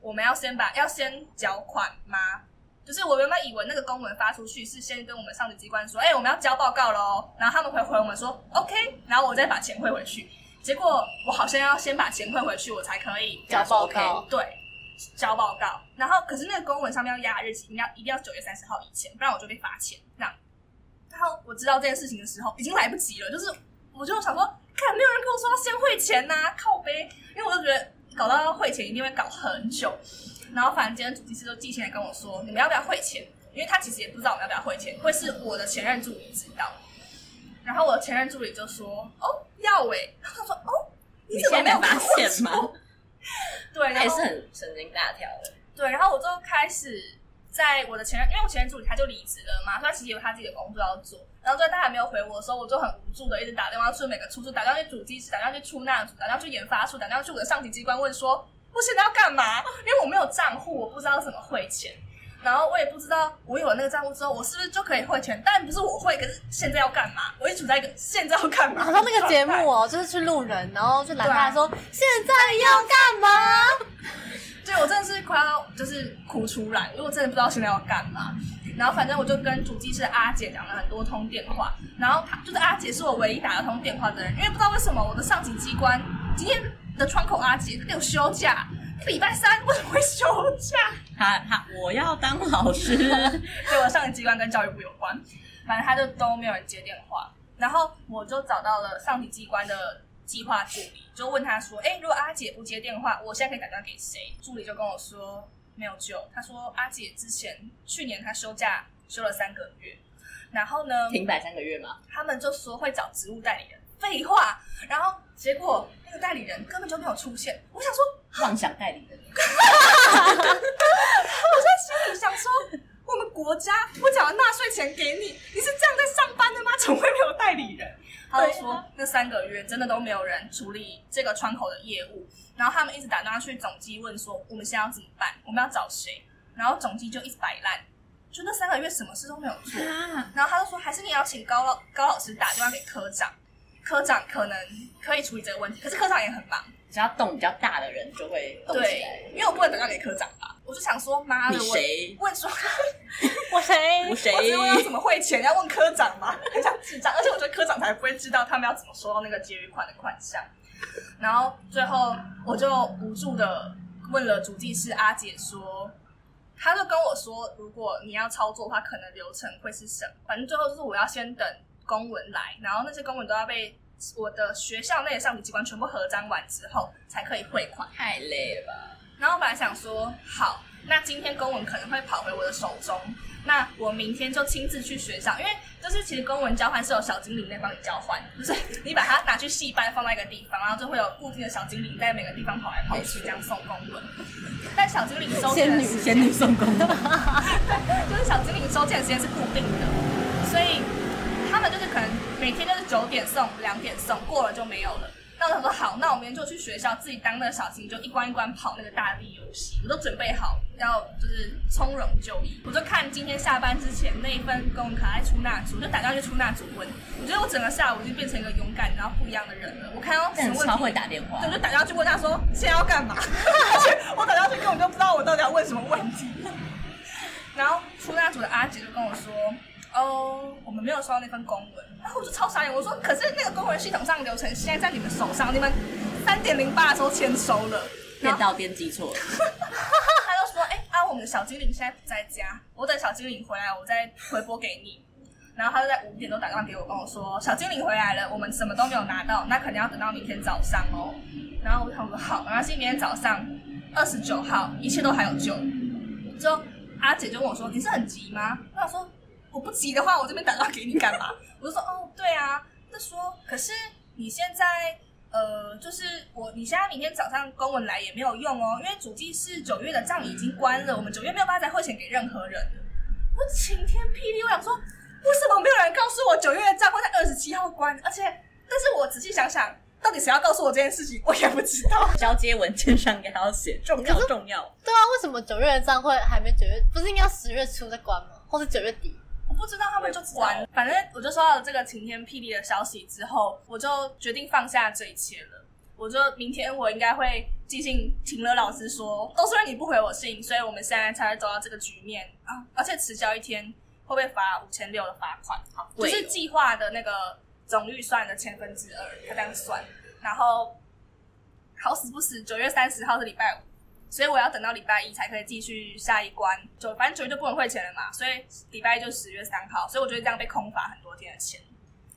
A: 我们要先把要先缴款吗？就是我原本以为那个公文发出去是先跟我们上级机关说，哎、我们要交报告喽，然后他们会回我们说 OK，然后我再把钱汇回去。结果我好像要先把钱汇回去，我才可以
D: 交报告
A: 跟他说 OK，对，交报告。然后可是那个公文上面要压日期，一定要一定要九月三十号以前，不然我就被罚钱。这样，然后我知道这件事情的时候，已经来不及了，就是我就想说，看没有人跟我说要先汇钱呐、靠背，因为我就觉得搞到要汇钱一定会搞很久。然后反正今天主计师就寄钱来跟我说，你们要不要汇钱？因为他其实也不知道我们要不要汇钱，会是我的前任助理知道。然后我的前任助理就说：“哦，要诶、然后他说：“哦，你
E: 你
A: 怎么
E: 现
A: 没
E: 在
A: 有
E: 没发现
A: 跟我
E: 吗
A: 说？？”对，
E: 他
A: 然
E: 也
A: 后
E: 是很神经大条的。
A: 对，然后我就开始在我的前任，因为我前任助理他就离职了嘛，所以他其实有他自己的工作要做。然后在他还没有回我的时候，我就很无助的一直打电话去每个处处，打电话去主机室，打电话去出纳组，打电话去研发处，打电话去我的上级机关问说，我现在要干嘛？因为我没有账户，我不知道怎么汇钱。然后我也不知道，我有了那个账户之后，我是不是就可以汇钱？但不是我汇，可是现在要干嘛？我一直处在一个现在要干嘛？
D: 好像那个节目，哦，就是去路人，然后去拦他说现在要干嘛？
A: 对我真的是快要就是哭出来，因为我真的不知道现在要干嘛。然后反正我就跟主机室阿姐讲了很多通电话，然后她就是阿姐是我唯一打得通电话的人，因为不知道为什么我的上级机关今天的窗口阿姐她给我休假，礼拜三为什么会休假？
E: 他他我要当老师，
A: 对我上级机关跟教育部有关，反正他就都没有人接电话。然后我就找到了上级机关的计划助理，就问他说：“哎，如果阿姐不接电话，我现在可以打电话给谁？”助理就跟我说没有救。他说阿姐之前去年她休假休了三个月，然后呢，
E: <laughs> 停摆三个月嘛，
A: 他们就说会找职务代理人。废话，然后结果那个代理人根本就没有出现。我想说，
E: 妄想代理人。
A: 我想说，我们国家不缴了纳税钱给你，你是这样在上班的吗？怎么会没有代理人？他就说那三个月真的都没有人处理这个窗口的业务，然后他们一直打电话去总机问说我们现在要怎么办，我们要找谁，然后总机就一直摆烂，就那三个月什么事都没有
E: <laughs>
A: 做。
E: 啊
A: 然后他就说还是你要请高老高老师打电话给科长，科长可能可以处理这个问题，可是科长也很忙，
E: 只要动比较大的人就会动起
A: 对
E: 来。，
A: 因为我不能打电话给科长吧，我就想说妈的
E: 你
A: 我。
E: 谁？
A: 问说
D: 我哎谁
E: 哎我谁
A: 我？只问要怎么汇钱，要问科长吗？ <laughs> 很想智障，而且我觉得科长才不会知道他们要怎么收到那个结余款的款项。然后最后我就无助的问了主计师阿姐说，她就跟我说，如果你要操作的话，可能流程会是什么？反正最后就是我要先等公文来，然后那些公文都要被我的学校内的上级机关全部核章完之后，才可以汇款。
E: 太累了吧？
A: 然后我本来想说，好，那今天公文可能会跑回我的手中，那我明天就亲自去学校，因为就是其实公文交换是有小精灵在帮你交换，就是你把它拿去戏班放在一个地方，然后就会有固定的小精灵在每个地方跑来跑去这样送公文。但小精灵收件的时间，
E: <laughs> 仙女送公的，
A: 就是小精灵收件的时间是固定的，所以他们就是可能每天就是九点送，两点送，过了就没有了。那我想说好，那我明天就去学校自己当那个小精灵，就一关一关跑那个大力游戏，我都准备好要就是从容就义。我就看今天下班之前那一份公文卡在出纳组，我就打电话去出纳组问。我觉得我整个下午已经变成一个勇敢然后不一样的人了。我看到什
E: 但
A: 么问
E: 超
A: 题
E: 会打电话
A: 对，我。就打电话去问他说现在要干嘛，而且我打电话去根本就不知道我到底要问什么问题。然后出纳组的阿杰就跟我说，哦，我们没有收到那份公文。然后我就超傻眼，我说可是那个公文系统上流程现在在你们手上，你们三点零八的时候签收了。
E: 电
A: 然后
E: 到电记错了，
A: 他就说：“哎、啊，我们的小精灵现在不在家，我等小精灵回来，我再回拨给你。”然后他就在五点钟打电话给我，跟我说：“小精灵回来了，我们什么都没有拿到，那肯定要等到明天早上哦。”然后我想说好，然后今天早上二十九号，一切都还有救。之后阿姐就问我说：“你是很急吗？”那我说：“我不急的话，我这边打电话给你干嘛？”我就说：“哦，对啊。”那说：“可是你现在呃，就是我，你现在明天早上公文来也没有用哦，因为主计是九月的账已经关了，我们九月没有办法再汇钱给任何人了。我晴天霹雳，我想说，为什么没有人告诉我九月的账会在二十七号关？而且，但是我仔细想想，到底谁要告诉我这件事情，我也不知道。
E: 交接文件上给他写重要重要，
D: 对啊，为什么九月的账会还没九月？不是应该十月初再关吗？或是九月底？
A: 我不知道他们就
E: 我
A: 关
E: 也，
A: 反正我就收到了这个晴天霹雳的消息之后，我就决定放下这一切了。我就明天我应该会寄信请了老师说，都是因为你不回我信，所以我们现在才会走到这个局面啊！而且迟交一天会被罚五千六的罚款，
E: 好
A: 就
E: 贵哦
A: 是计划的那个总预算的千分之二，他这样算。然后好死不死，九月三十号是礼拜五，所以我要等到礼拜一才可以继续下一关。就反正九月就不能汇钱了嘛，所以礼拜一就十月三号，所以我觉得这样被空罚很多天的钱。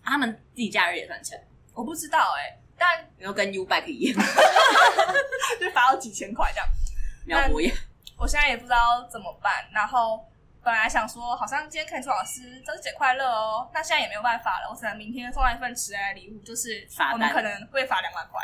E: 啊他们自己假日也算钱，
A: 我不知道哎、但
E: 然后跟 U Bike 一 <laughs> 样，
A: 就罚我几千块这样。
E: 苗博也
A: 我现在也不知道怎么办。然后本来想说，好像今天可以祝老师教师节快乐哦，那现在也没有办法了，我只能明天送他一份迟来的礼物，就是
E: 罚单
A: 我们可能会罚两万块。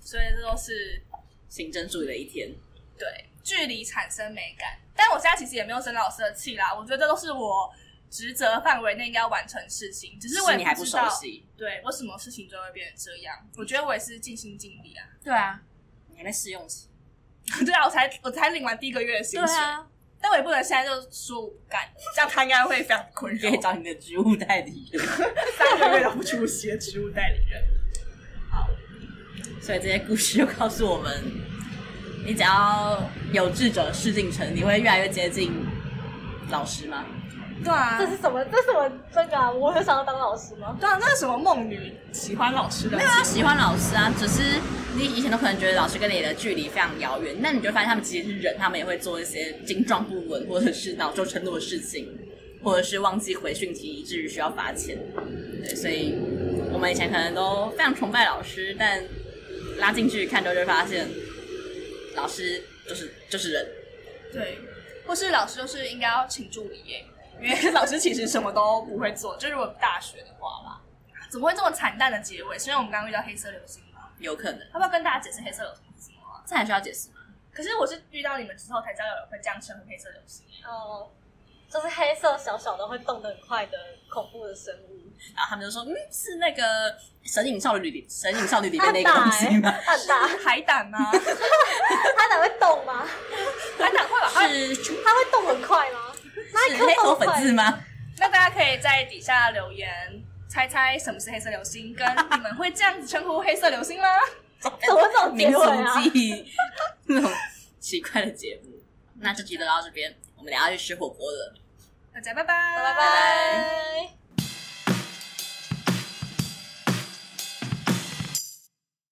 A: 所以这都是
E: 行政助理的一天，
A: 对距离产生美感。但我现在其实也没有生老师的气啦，我觉得这都是我职责范围内应该要完成的事情，只是我
E: 是
A: 也
E: 你还不
A: 知
E: 熟
A: 道，
E: 悉，
A: 对我什么事情都会变成这样。我觉得我也是尽心尽力啊。
E: 对啊，你还在试用期，
A: <laughs> 对啊，我才我才领完第一个月的薪水，
E: 啊，
A: 但我也不能现在就说我不干，这样他应该会非常困
E: 你可
A: <laughs> 扰
E: 以。找你的职务代理人， <laughs>
A: 三个月都不出席的职务代理人，
E: 所以这些故事就告诉我们，你只要有志者事竟成，你会越来越接近老师吗？
A: 对啊
D: 这，是什么？这是什么？这个啊，我有想要当老师吗？
A: 对啊，那个什么梦女喜欢老师的
B: 没，有要喜欢老师啊，只是你以前都可能觉得老师跟你的距离非常遥远，那你就发现他们其实是人，他们也会做一些精壮不稳或者是恼羞成怒的事情，或者是忘记回讯息，以至于需要罚钱。对，所以我们以前可能都非常崇拜老师，但拉进去看之后就会发现，老师就是就是人。
A: 对，或是老师就是应该要请助理耶，因 <laughs> 为老师其实什么都不会做，就如果大学的话啦，怎么会这么惨淡的结尾？是因为我们刚刚遇到黑色流星吗？
B: 有可能，
A: 要不要跟大家解释黑色流星是什么啊？
B: 这还需要解释吗？
A: 可是我是遇到你们之后才知道有人会这样称呼黑色流星。
D: 哦，就是黑色小小的会动得很快的恐怖的生物，
B: 然后他们就说，嗯，是那个《神隐少女》里《神隐少女》里面那个东西吗？
D: 它欸很大，
A: 海胆吗？
D: 它哪会动吗？
A: 海胆会吧？
B: 是
D: 它会动很快吗？哪里
B: 是
D: 可
B: 黑
D: 以动
B: 头
D: 很
B: 粉
D: 快？
B: 刺吗？
A: 那大家可以在底下留言，猜猜什么是黑色流星，跟你们会这样子称呼黑色流星吗？
D: 怎么这种
B: 民
D: 结
B: 俗
D: 尾啊？
B: 记那种奇怪的节目。那这集就到这边，我们等一下去吃火锅了。
A: 大家拜拜，
D: 拜拜。